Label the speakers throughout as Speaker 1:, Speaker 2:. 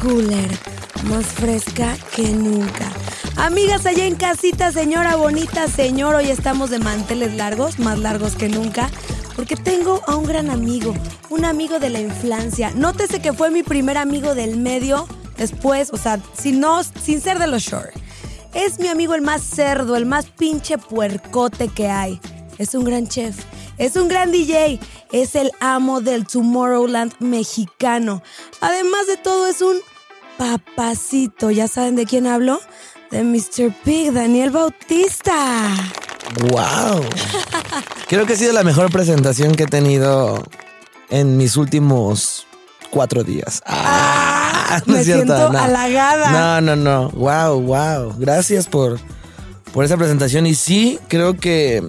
Speaker 1: Cooler, más fresca que nunca. Amigas allá en casita, señora bonita, señor, hoy estamos de manteles largos, más largos que nunca, porque tengo a un gran amigo, un amigo de la infancia. Nótese que fue mi primer amigo del medio, después, o sea, sin, no, sin ser de los short. Es mi amigo el más cerdo, el más pinche puercote que hay. Es un gran chef, es un gran DJ, es el amo del Tomorrowland mexicano. Además de todo, es un papacito. ¿Ya saben de quién hablo? De Mr. Pig, Daniel Bautista.
Speaker 2: ¡Wow! Creo que ha sido la mejor presentación que he tenido en mis últimos cuatro días.
Speaker 1: Ah, me siento
Speaker 2: no.
Speaker 1: halagada.
Speaker 2: No, no, no. Wow, wow. Gracias por, por esa presentación. Y sí, creo que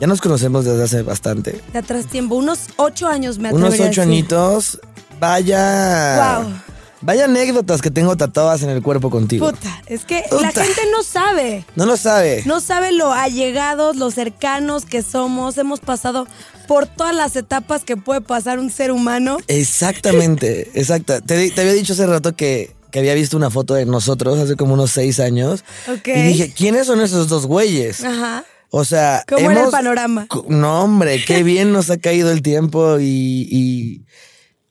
Speaker 2: ya nos conocemos desde hace bastante.
Speaker 1: De atrás tiempo, unos ocho años me atrevería
Speaker 2: Unos ocho
Speaker 1: a decir.
Speaker 2: añitos. Vaya.
Speaker 1: Wow.
Speaker 2: Vaya anécdotas que tengo tatuadas en el cuerpo contigo.
Speaker 1: Puta, es que la
Speaker 2: Puta.
Speaker 1: gente no sabe.
Speaker 2: No lo sabe.
Speaker 1: No sabe lo allegados, lo cercanos que somos. Hemos pasado por todas las etapas que puede pasar un ser humano.
Speaker 2: Exactamente, exacta. Te, di- te había dicho hace rato que, que había visto una foto de nosotros hace como unos seis años.
Speaker 1: Ok.
Speaker 2: Y dije, ¿quiénes son esos dos güeyes?
Speaker 1: Ajá.
Speaker 2: O sea,
Speaker 1: ¿Cómo era el
Speaker 2: hemos-
Speaker 1: panorama?
Speaker 2: Co- No, hombre, qué bien nos ha caído el tiempo y, y,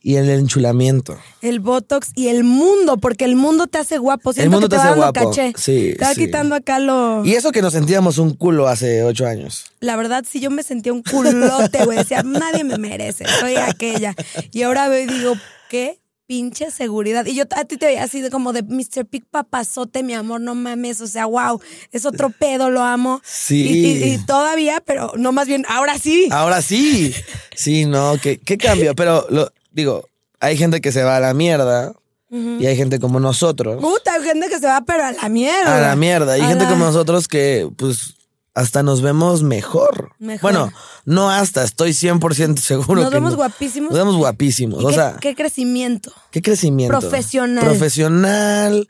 Speaker 2: y el enchulamiento.
Speaker 1: El Botox y el mundo, porque el mundo te hace guapo. Siento
Speaker 2: mundo
Speaker 1: que te,
Speaker 2: te
Speaker 1: va
Speaker 2: hace
Speaker 1: dando
Speaker 2: guapo,
Speaker 1: caché.
Speaker 2: sí,
Speaker 1: te va
Speaker 2: sí.
Speaker 1: quitando acá lo.
Speaker 2: Y eso que nos sentíamos un culo hace ocho años.
Speaker 1: La verdad, si yo me sentía un culote, güey. Decía, nadie me merece, soy aquella. Y ahora veo y digo, qué pinche seguridad. Y yo a ti te veía así de como de Mr. Pig papazote, mi amor, no mames. O sea, wow, es otro pedo, lo amo.
Speaker 2: Sí. Ah,
Speaker 1: Y, y- y todavía, pero no más bien, ahora sí.
Speaker 2: Ahora sí. Sí, no, qué, qué cambio. Pero lo, digo, hay gente que se va a la mierda y hay gente como nosotros.
Speaker 1: Puta, hay gente que se va, pero a la mierda.
Speaker 2: pues. A la mierda. Hay
Speaker 1: A
Speaker 2: gente
Speaker 1: la-
Speaker 2: como nosotros que, pues, hasta nos vemos mejor.
Speaker 1: Mejor.
Speaker 2: Bueno, no hasta, estoy 100% seguro
Speaker 1: Nos
Speaker 2: que
Speaker 1: vemos
Speaker 2: no.
Speaker 1: guapísimos.
Speaker 2: Nos vemos guapísimos.
Speaker 1: Y
Speaker 2: O
Speaker 1: qué-
Speaker 2: sea, qué,
Speaker 1: qué crecimiento.
Speaker 2: crecimiento.
Speaker 1: Profesional.
Speaker 2: Profesional,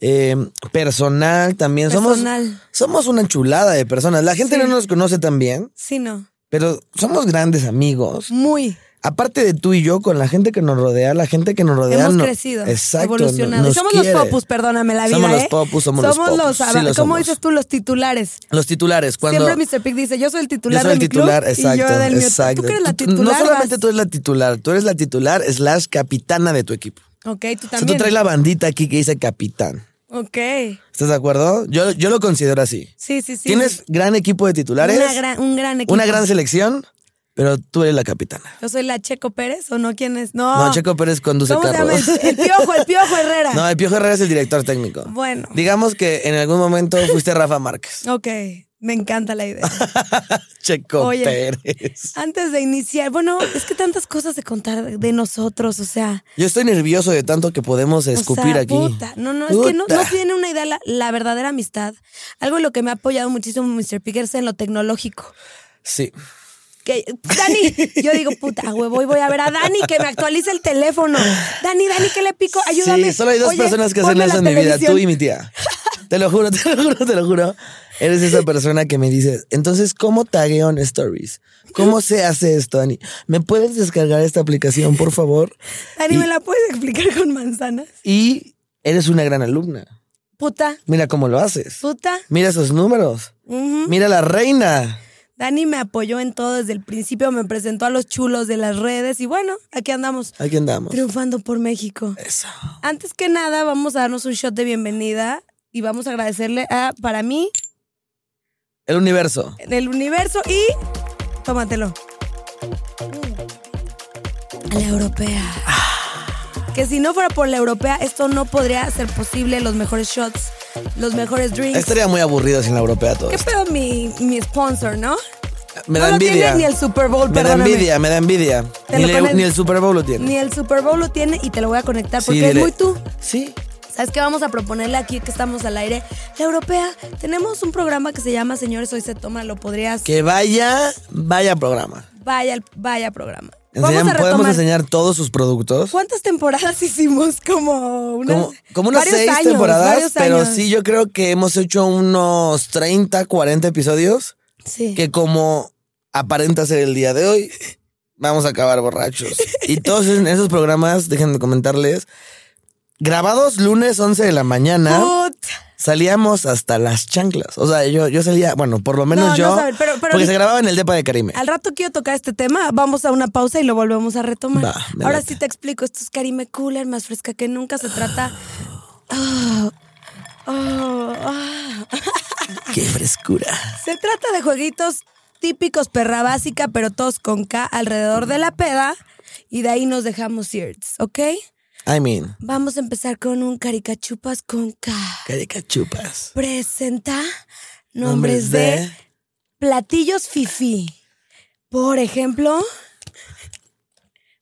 Speaker 2: eh, personal también.
Speaker 1: Personal.
Speaker 2: Somos, somos una chulada de personas. La gente
Speaker 1: Sí.
Speaker 2: no nos conoce tan bien,
Speaker 1: Sí, no.
Speaker 2: pero somos grandes amigos.
Speaker 1: Muy.
Speaker 2: Aparte de tú y yo, con la gente que nos rodea, la gente que nos rodea.
Speaker 1: Hemos
Speaker 2: no-
Speaker 1: crecido,
Speaker 2: Exacto.
Speaker 1: evolucionado.
Speaker 2: nos
Speaker 1: somos
Speaker 2: quiere.
Speaker 1: los popus, perdóname la vida.
Speaker 2: Somos los
Speaker 1: ¿eh?
Speaker 2: popus, somos los popus, sí
Speaker 1: aba-
Speaker 2: lo
Speaker 1: ¿Cómo
Speaker 2: somos.
Speaker 1: dices tú los titulares?
Speaker 2: Los titulares, cuando.
Speaker 1: Siempre Mr. Pig dice, yo soy el titular
Speaker 2: Yo soy
Speaker 1: de
Speaker 2: el
Speaker 1: mi
Speaker 2: titular,
Speaker 1: club
Speaker 2: exacto.
Speaker 1: y yo del mío.
Speaker 2: exacto.
Speaker 1: Tú que eres la
Speaker 2: Tú-
Speaker 1: titular.
Speaker 2: no solamente
Speaker 1: vas-
Speaker 2: tú eres la titular, tú eres la titular slash capitana de tu equipo.
Speaker 1: Ok, tú
Speaker 2: O sea, tú
Speaker 1: también.
Speaker 2: traes la bandita aquí que dice capitán.
Speaker 1: Ok.
Speaker 2: ¿Estás de acuerdo? Yo, yo lo considero así.
Speaker 1: Sí, sí, sí.
Speaker 2: Tienes gran equipo de titulares,
Speaker 1: una gran, un gran equipo.
Speaker 2: una gran selección, pero tú eres la capitana.
Speaker 1: Yo soy la Checo Pérez, ¿o no? ¿Quién es? No.
Speaker 2: No, Checo Pérez conduce
Speaker 1: Oh. ¿Cómo se llama?
Speaker 2: carros.
Speaker 1: El, el Piojo, el Piojo Herrera.
Speaker 2: No, el Piojo Herrera es el director técnico.
Speaker 1: Bueno.
Speaker 2: Digamos que en algún momento fuiste Rafa Márquez.
Speaker 1: Ok, me encanta la idea.
Speaker 2: Checo
Speaker 1: Oye.
Speaker 2: Pérez.
Speaker 1: Antes de iniciar, bueno, es que tantas cosas de contar de nosotros, o sea...
Speaker 2: Yo estoy nervioso de tanto que podemos
Speaker 1: O
Speaker 2: escupir
Speaker 1: sea,
Speaker 2: aquí.
Speaker 1: puta. No, no, es que no, no
Speaker 2: Puta.
Speaker 1: tiene una idea la, la verdadera amistad. Algo en lo que me ha apoyado muchísimo Mr. Picker es en lo tecnológico.
Speaker 2: Sí.
Speaker 1: Que, Dani, yo digo, puta, a huevo, hoy voy a ver a Dani que me actualice el teléfono. Dani, Dani, ¿qué le pico? Ayúdame.
Speaker 2: Sí, solo hay dos
Speaker 1: Oye,
Speaker 2: personas que hacen
Speaker 1: ponme
Speaker 2: eso en
Speaker 1: la
Speaker 2: mi vida, tú
Speaker 1: televisión.
Speaker 2: y mi tía. Te lo juro, te lo juro, te lo juro. Eres esa persona que me dices, entonces, ¿cómo tagueo en stories? ¿Cómo se hace esto, Ani? ¿Me puedes descargar esta aplicación, por favor?
Speaker 1: Dani,
Speaker 2: Y-
Speaker 1: ¿me la puedes explicar con manzanas?
Speaker 2: Y eres una gran alumna.
Speaker 1: Puta,
Speaker 2: Mira cómo lo haces.
Speaker 1: puta.
Speaker 2: Mira esos números.
Speaker 1: ujú.
Speaker 2: Mira la reina.
Speaker 1: Dani me apoyó en todo desde el principio, me presentó a los chulos de las redes y bueno, aquí andamos
Speaker 2: Aquí andamos.
Speaker 1: triunfando por México.
Speaker 2: Eso.
Speaker 1: Antes que nada, vamos a darnos un shot de bienvenida y vamos a agradecerle a, para mí,
Speaker 2: El universo.
Speaker 1: del universo y tómatelo. A la europea. Que si no fuera por la europea, esto no podría ser posible. Los mejores shots, los mejores drinks.
Speaker 2: Estaría muy aburrido sin la europea todo.
Speaker 1: ¿Qué
Speaker 2: esto.
Speaker 1: pedo mi, mi sponsor, no?
Speaker 2: Me
Speaker 1: no
Speaker 2: da
Speaker 1: lo
Speaker 2: envidia.
Speaker 1: tiene ni el Super Bowl,
Speaker 2: Me da
Speaker 1: perdóname.
Speaker 2: envidia, me da envidia.
Speaker 1: Te
Speaker 2: Ni,
Speaker 1: lo
Speaker 2: le-
Speaker 1: ponen-
Speaker 2: ni el Super Bowl lo tiene.
Speaker 1: Ni el Super Bowl lo tiene y te lo voy a conectar porque
Speaker 2: Sí,
Speaker 1: es
Speaker 2: dile-
Speaker 1: muy tú.
Speaker 2: Sí.
Speaker 1: ¿Sabes qué vamos a proponerle aquí que estamos al aire? La europea, tenemos un programa que se llama Señores, hoy se toma, lo podrías...
Speaker 2: Que vaya, vaya programa.
Speaker 1: Vaya, vaya programa.
Speaker 2: Enseñan-
Speaker 1: vamos a
Speaker 2: podemos
Speaker 1: retomar.
Speaker 2: enseñar todos sus productos.
Speaker 1: ¿Cuántas temporadas hicimos? Como unas,
Speaker 2: Como, como unas
Speaker 1: varios
Speaker 2: seis
Speaker 1: años,
Speaker 2: temporadas,
Speaker 1: varios
Speaker 2: pero
Speaker 1: años.
Speaker 2: sí, yo creo que hemos hecho unos 30, 40 episodios
Speaker 1: Sí.
Speaker 2: que como aparenta ser el día de hoy, vamos a acabar borrachos. Y todos en esos programas, déjenme comentarles, Grabados lunes 11 de la mañana.
Speaker 1: Put.
Speaker 2: Salíamos hasta las chanclas. O sea, yo, yo salía, bueno, por lo menos
Speaker 1: No, no
Speaker 2: yo.
Speaker 1: saben, pero- pero
Speaker 2: porque
Speaker 1: ahorita-
Speaker 2: se grababa en el depa de Karime.
Speaker 1: Al rato quiero tocar este tema, vamos a una pausa y lo volvemos a retomar.
Speaker 2: Va, me
Speaker 1: Ahora
Speaker 2: late.
Speaker 1: sí te explico, esto es Karime Cooler, más fresca que nunca, se trata...
Speaker 2: Ah.
Speaker 1: Oh, oh, ah.
Speaker 2: ¡Qué frescura!
Speaker 1: Se trata de jueguitos típicos perra básica, pero todos con K alrededor de la peda. Y de ahí nos dejamos irts, ¿ok?
Speaker 2: I mean,
Speaker 1: Vamos a empezar con un caricachupas con K.
Speaker 2: caricachupas.
Speaker 1: Presenta nombres de platillos fifi. Por ejemplo.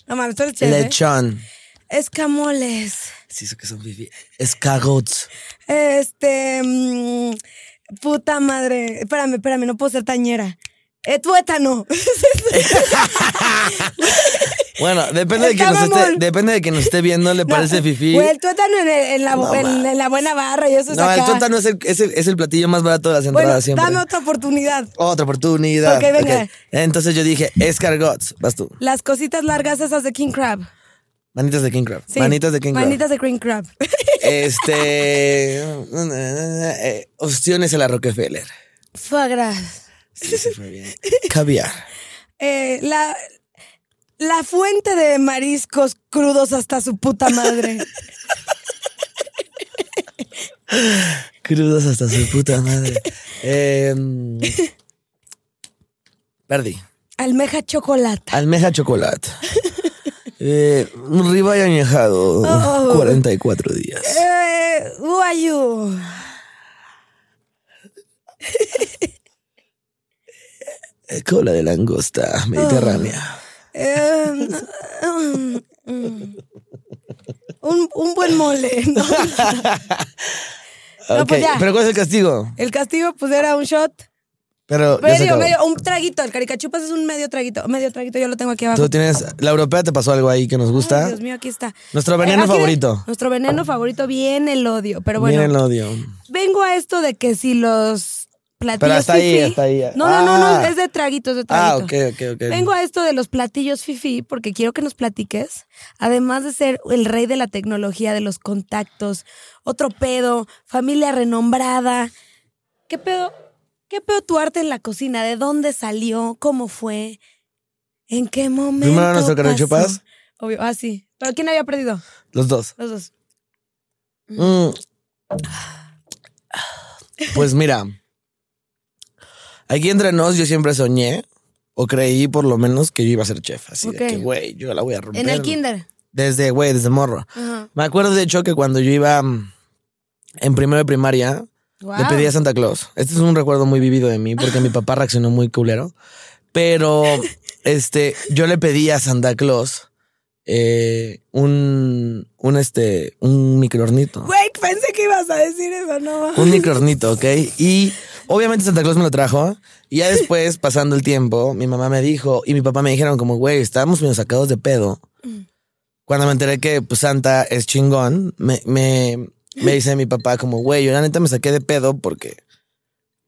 Speaker 1: No mames, tú eres chef, ¿eh?
Speaker 2: Lechón.
Speaker 1: Escamoles.
Speaker 2: Sí, eso que son fifi. Escagots.
Speaker 1: Este. mm, puta madre. Espérame, espérame, no puedo ser tañera. Eh, tuétano.
Speaker 2: Bueno, depende de,
Speaker 1: Está
Speaker 2: quien nos esté,
Speaker 1: mamón.
Speaker 2: depende de quien nos esté viendo, le parece fifi.
Speaker 1: Güey, el tuétano en, el- en la,
Speaker 2: No,
Speaker 1: en-
Speaker 2: ma.
Speaker 1: en la buena barra y eso es
Speaker 2: No, el
Speaker 1: acá.
Speaker 2: tuétano es el, es, el, es el platillo más barato de las entradas
Speaker 1: Bueno,
Speaker 2: siempre.
Speaker 1: dame otra oportunidad.
Speaker 2: Otra oportunidad.
Speaker 1: Ok, venga.
Speaker 2: Ok. Entonces yo dije, escargots. Vas tú.
Speaker 1: Las cositas largas esas de King Crab.
Speaker 2: Manitas de King Crab.
Speaker 1: Sí.
Speaker 2: Manitas de King Crab.
Speaker 1: Manitas de King Crab.
Speaker 2: Este. eh, opciones a la Rockefeller.
Speaker 1: Foie gras.
Speaker 2: Sí, sí, fue bien. Caviar.
Speaker 1: Eh, la, la fuente de mariscos crudos hasta su puta madre.
Speaker 2: Crudos hasta su puta madre. Em, perdí.
Speaker 1: Almeja chocolate.
Speaker 2: Almeja chocolate. Eh, un ribeye añejado.
Speaker 1: Oh.
Speaker 2: 44 días.
Speaker 1: Eh, guayú.
Speaker 2: Eh, Cola de langosta mediterránea.
Speaker 1: Eh, mm, mm. un, un buen mole. ¿no? No,
Speaker 2: Ok,
Speaker 1: pues ya.
Speaker 2: Pero ¿cuál es el castigo?
Speaker 1: El castigo, pues era un shot.
Speaker 2: Pero. ya se
Speaker 1: Medio,
Speaker 2: acabó.
Speaker 1: medio, un traguito. El caricachupas es un medio traguito. Medio traguito, yo lo tengo aquí abajo.
Speaker 2: Tú tienes. La europea te pasó algo ahí que nos
Speaker 1: Ay,
Speaker 2: gusta.
Speaker 1: Dios mío, aquí está.
Speaker 2: Nuestro veneno
Speaker 1: aquí
Speaker 2: favorito.
Speaker 1: nuestro veneno favorito viene el odio. Pero bueno,
Speaker 2: Miren el odio.
Speaker 1: vengo a esto de que si los platillos.
Speaker 2: Pero hasta ahí,
Speaker 1: fifí-
Speaker 2: hasta ahí.
Speaker 1: No, no, no, no,
Speaker 2: Ah.
Speaker 1: es de traguitos, de
Speaker 2: Ah,
Speaker 1: traguito.
Speaker 2: ok, ok, ok.
Speaker 1: Vengo a esto de los platillos fifi porque quiero que nos platiques, además de ser el rey de la tecnología, de los contactos, otro pedo, familia renombrada. ¿Qué pedo? ¿Qué pedo tu arte en la cocina? ¿De dónde salió? ¿Cómo fue? ¿En qué momento?
Speaker 2: Primero nuestro
Speaker 1: pasó?
Speaker 2: carnachupas.
Speaker 1: Obvio, ah, sí. ¿Pero quién había perdido?
Speaker 2: Los dos.
Speaker 1: Los dos.
Speaker 2: Mm. Pues mira, aquí entre nos yo siempre soñé, o creí por lo menos que yo iba a ser chef. Así
Speaker 1: Ok.
Speaker 2: de que, güey, yo la voy a romper.
Speaker 1: En el kinder.
Speaker 2: Desde, güey, desde morro.
Speaker 1: Ajá.
Speaker 2: Me acuerdo de hecho que cuando yo iba mm, en primero de primaria, le
Speaker 1: Guau.
Speaker 2: pedí a Santa Claus. Este es un recuerdo muy vivido de mí porque mi papá reaccionó muy culero. Pero este, yo le pedí a Santa Claus eh, un, un, este, un microornito.
Speaker 1: Güey, pensé que ibas a decir eso, no.
Speaker 2: Un microornito, ¿ok? Y obviamente Santa Claus me lo trajo. Y ya después, pasando el tiempo, mi mamá me dijo y mi papá me dijeron como, güey, estábamos medio sacados de pedo. Cuando me enteré que pues, Santa es chingón, me, me, me dice mi papá como, güey, yo la neta me saqué de pedo porque...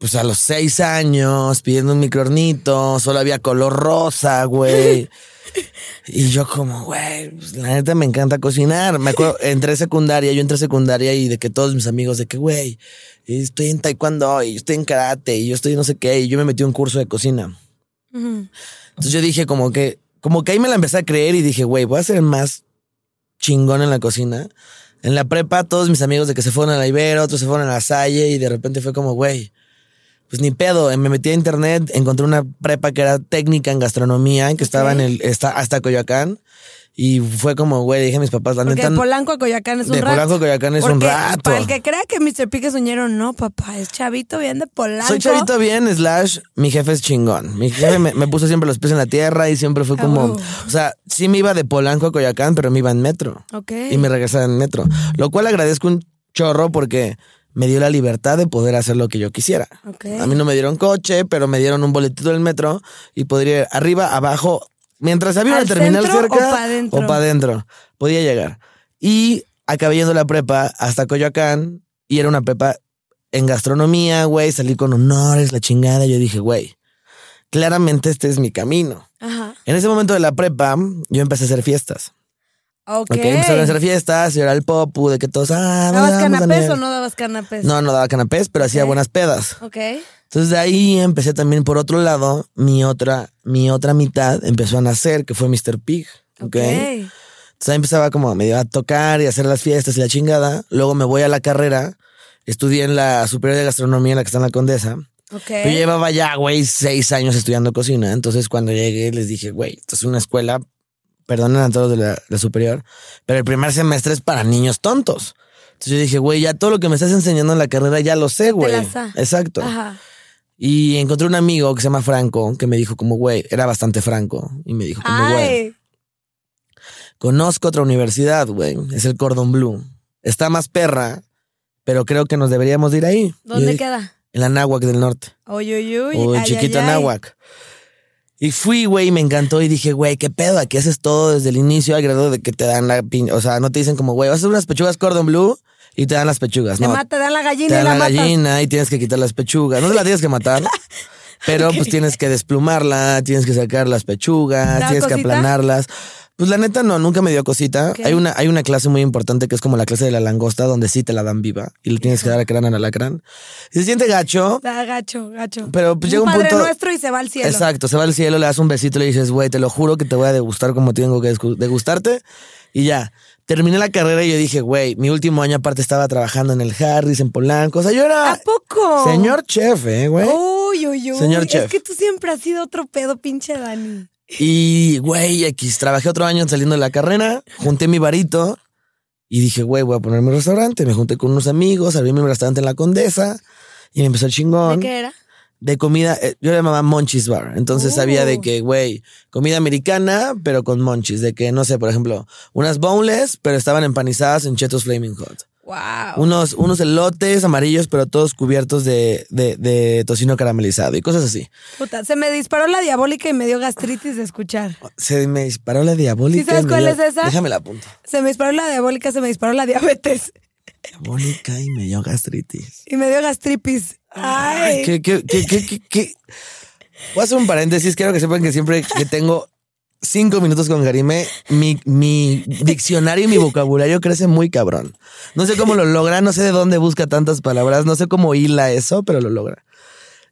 Speaker 2: Pues a los seis años, pidiendo un microornito, solo había color rosa, güey. Y yo como, güey, pues la neta me encanta cocinar. Me acuerdo, entré a secundaria, yo entré a secundaria y de que todos mis amigos de que, güey, estoy en taekwondo y yo estoy en karate y yo estoy no sé qué y yo me metí a un curso de cocina.
Speaker 1: Ujú.
Speaker 2: Entonces yo dije como que, como que ahí me la empecé a creer y dije, güey, voy a ser más chingón en la cocina. En la prepa todos mis amigos de que se fueron a la Ibero, otros se fueron a la Salle y de repente fue como, güey, pues ni pedo, me metí a internet, encontré una prepa que era técnica en gastronomía, que estaba en el, está hasta Coyoacán, y fue como, güey, dije a mis papás, la
Speaker 1: Porque
Speaker 2: neta,
Speaker 1: de Polanco a Coyacán es un
Speaker 2: de
Speaker 1: rato.
Speaker 2: Polanco a Coyoacán es un
Speaker 1: Porque
Speaker 2: rato.
Speaker 1: Para el que crea que Mr. Pique es uñero, no, papá. Es chavito bien de Polanco.
Speaker 2: Soy chavito bien, slash, mi jefe es chingón. Mi jefe me, me puso siempre los pies en la tierra y siempre fue
Speaker 1: Ah,
Speaker 2: como,
Speaker 1: wow.
Speaker 2: o sea, sí me iba de Polanco a Coyoacán, pero me iba en metro.
Speaker 1: Ok.
Speaker 2: Y me regresaba en metro. Lo cual agradezco un chorro porque me dio la libertad de poder hacer lo que yo quisiera.
Speaker 1: Ok.
Speaker 2: A mí no me dieron coche, pero me dieron un boletito del metro y podría ir arriba, abajo. Mientras había una
Speaker 1: ¿Al
Speaker 2: terminal
Speaker 1: centro
Speaker 2: cerca
Speaker 1: o pa' adentro?
Speaker 2: o pa' adentro, podía llegar. Y acabé yendo a la prepa hasta Coyoacán y era una prepa en gastronomía, güey. Salí con honores, la chingada. Yo dije, güey, claramente este es mi camino.
Speaker 1: Ajá.
Speaker 2: En ese momento de la prepa, yo empecé a hacer fiestas.
Speaker 1: Ok.
Speaker 2: Ok, empezó a organizar fiestas, y era el popu, de que todos, ah, vamos,
Speaker 1: ¿Dabas
Speaker 2: vamos,
Speaker 1: canapés
Speaker 2: Daniel.
Speaker 1: o no dabas canapés?
Speaker 2: No, no daba canapés, pero hacía
Speaker 1: Ok.
Speaker 2: buenas pedas.
Speaker 1: Ok.
Speaker 2: Entonces de ahí empecé también por otro lado, mi otra, mi otra mitad empezó a nacer, que fue Mr. Pig.
Speaker 1: Ok.
Speaker 2: Ok. Entonces ahí empezaba como medio a tocar y a hacer las fiestas y la chingada. Luego me voy a la carrera, estudié en la Superior de Gastronomía, en la que está en la Condesa.
Speaker 1: Ok.
Speaker 2: Yo llevaba ya, güey, seis años estudiando cocina. Entonces cuando llegué les dije, güey, esto es una escuela, perdonen a todos de la, la superior, pero el primer semestre es para niños tontos. Entonces yo dije, güey, ya todo lo que me estás enseñando en la carrera ya lo sé, güey.
Speaker 1: las da.
Speaker 2: Exacto.
Speaker 1: Ajá.
Speaker 2: Y encontré un amigo que se llama Franco, que me dijo como, güey, era bastante franco. Y me dijo como, güey,
Speaker 1: Ay.
Speaker 2: conozco otra universidad, güey. Es el Cordon Blue. Está más perra, pero creo que nos deberíamos de ir ahí. Y yo
Speaker 1: ¿Dónde
Speaker 2: dije,
Speaker 1: queda?
Speaker 2: En la Náhuac del Norte.
Speaker 1: Uy, uy, uy.
Speaker 2: Uy,
Speaker 1: ay,
Speaker 2: chiquito
Speaker 1: ay, ay.
Speaker 2: Nahuac. Y fui, güey, y me encantó y dije, güey, qué pedo, aquí haces todo desde el inicio al grado de que te dan la piña. O sea, no te dicen como, güey, vas a hacer unas pechugas cordon blue y te dan las pechugas.
Speaker 1: Te
Speaker 2: No,
Speaker 1: mata, te dan la
Speaker 2: te
Speaker 1: gallina y
Speaker 2: dan
Speaker 1: la,
Speaker 2: la
Speaker 1: matas.
Speaker 2: gallina y tienes que quitar las pechugas. No te la tienes que matar, pero pues tienes que desplumarla, tienes que sacar las
Speaker 1: ¿Te
Speaker 2: pechugas,
Speaker 1: da
Speaker 2: tienes que
Speaker 1: cosita?
Speaker 2: aplanarlas. Pues la neta no, nunca me dio cosita.
Speaker 1: Ok.
Speaker 2: Hay una hay una clase muy importante que es como la clase de la langosta donde sí te la dan viva y le tienes que dar alacrán al alacrán. Si se siente gacho,
Speaker 1: Da, gacho, gacho.
Speaker 2: Pero, pues, llega un
Speaker 1: padre
Speaker 2: punto-
Speaker 1: nuestro y se va al cielo.
Speaker 2: Exacto, se va al cielo, le das un besito y le dices, güey, te lo juro que te voy a degustar como tengo que desgu- degustarte. Y ya, terminé la carrera y yo dije, güey, mi último año aparte estaba trabajando en el Harris, en Polanco. O sea, yo
Speaker 1: ¿A
Speaker 2: era
Speaker 1: poco?
Speaker 2: señor chef, eh, güey.
Speaker 1: Uy, uy, uy.
Speaker 2: Señor
Speaker 1: es
Speaker 2: chef.
Speaker 1: que tú siempre has sido otro pedo, pinche Dani.
Speaker 2: Y, güey, X, trabajé otro año saliendo de la carrera, junté mi varito y dije, güey, voy a poner mi restaurante. Me junté con unos amigos, abrí mi restaurante en la Condesa y me empezó el
Speaker 1: ¿De
Speaker 2: chingón.
Speaker 1: qué era?
Speaker 2: de comida, eh, yo le llamaba Monchis Bar, entonces
Speaker 1: Oh.
Speaker 2: sabía de que, güey, comida americana, pero con Monchis, de que, no sé, por ejemplo, unas boneless, pero estaban empanizadas en chetos Flaming Hot,
Speaker 1: Wow.
Speaker 2: unos, unos elotes amarillos, pero todos cubiertos de, de, de tocino caramelizado y cosas así.
Speaker 1: Puta, se me disparó la diabólica y me dio gastritis de escuchar.
Speaker 2: Se me disparó la diabólica.
Speaker 1: ¿Sí sabes
Speaker 2: y me
Speaker 1: cuál
Speaker 2: dio-
Speaker 1: es esa?
Speaker 2: Déjame la apunto.
Speaker 1: Se me disparó la diabólica, se me disparó la diabetes
Speaker 2: Diabólica y me dio gastritis.
Speaker 1: y me dio gastripis. Ay.
Speaker 2: Ay, ¿Qué, qué, qué, qué, qué, qué? Voy a hacer un paréntesis. Quiero que sepan que siempre que tengo cinco minutos con Garime, mi, mi diccionario y mi vocabulario crece muy cabrón. No sé cómo lo logra, no sé de dónde busca tantas palabras, no sé cómo hila eso, pero lo logra.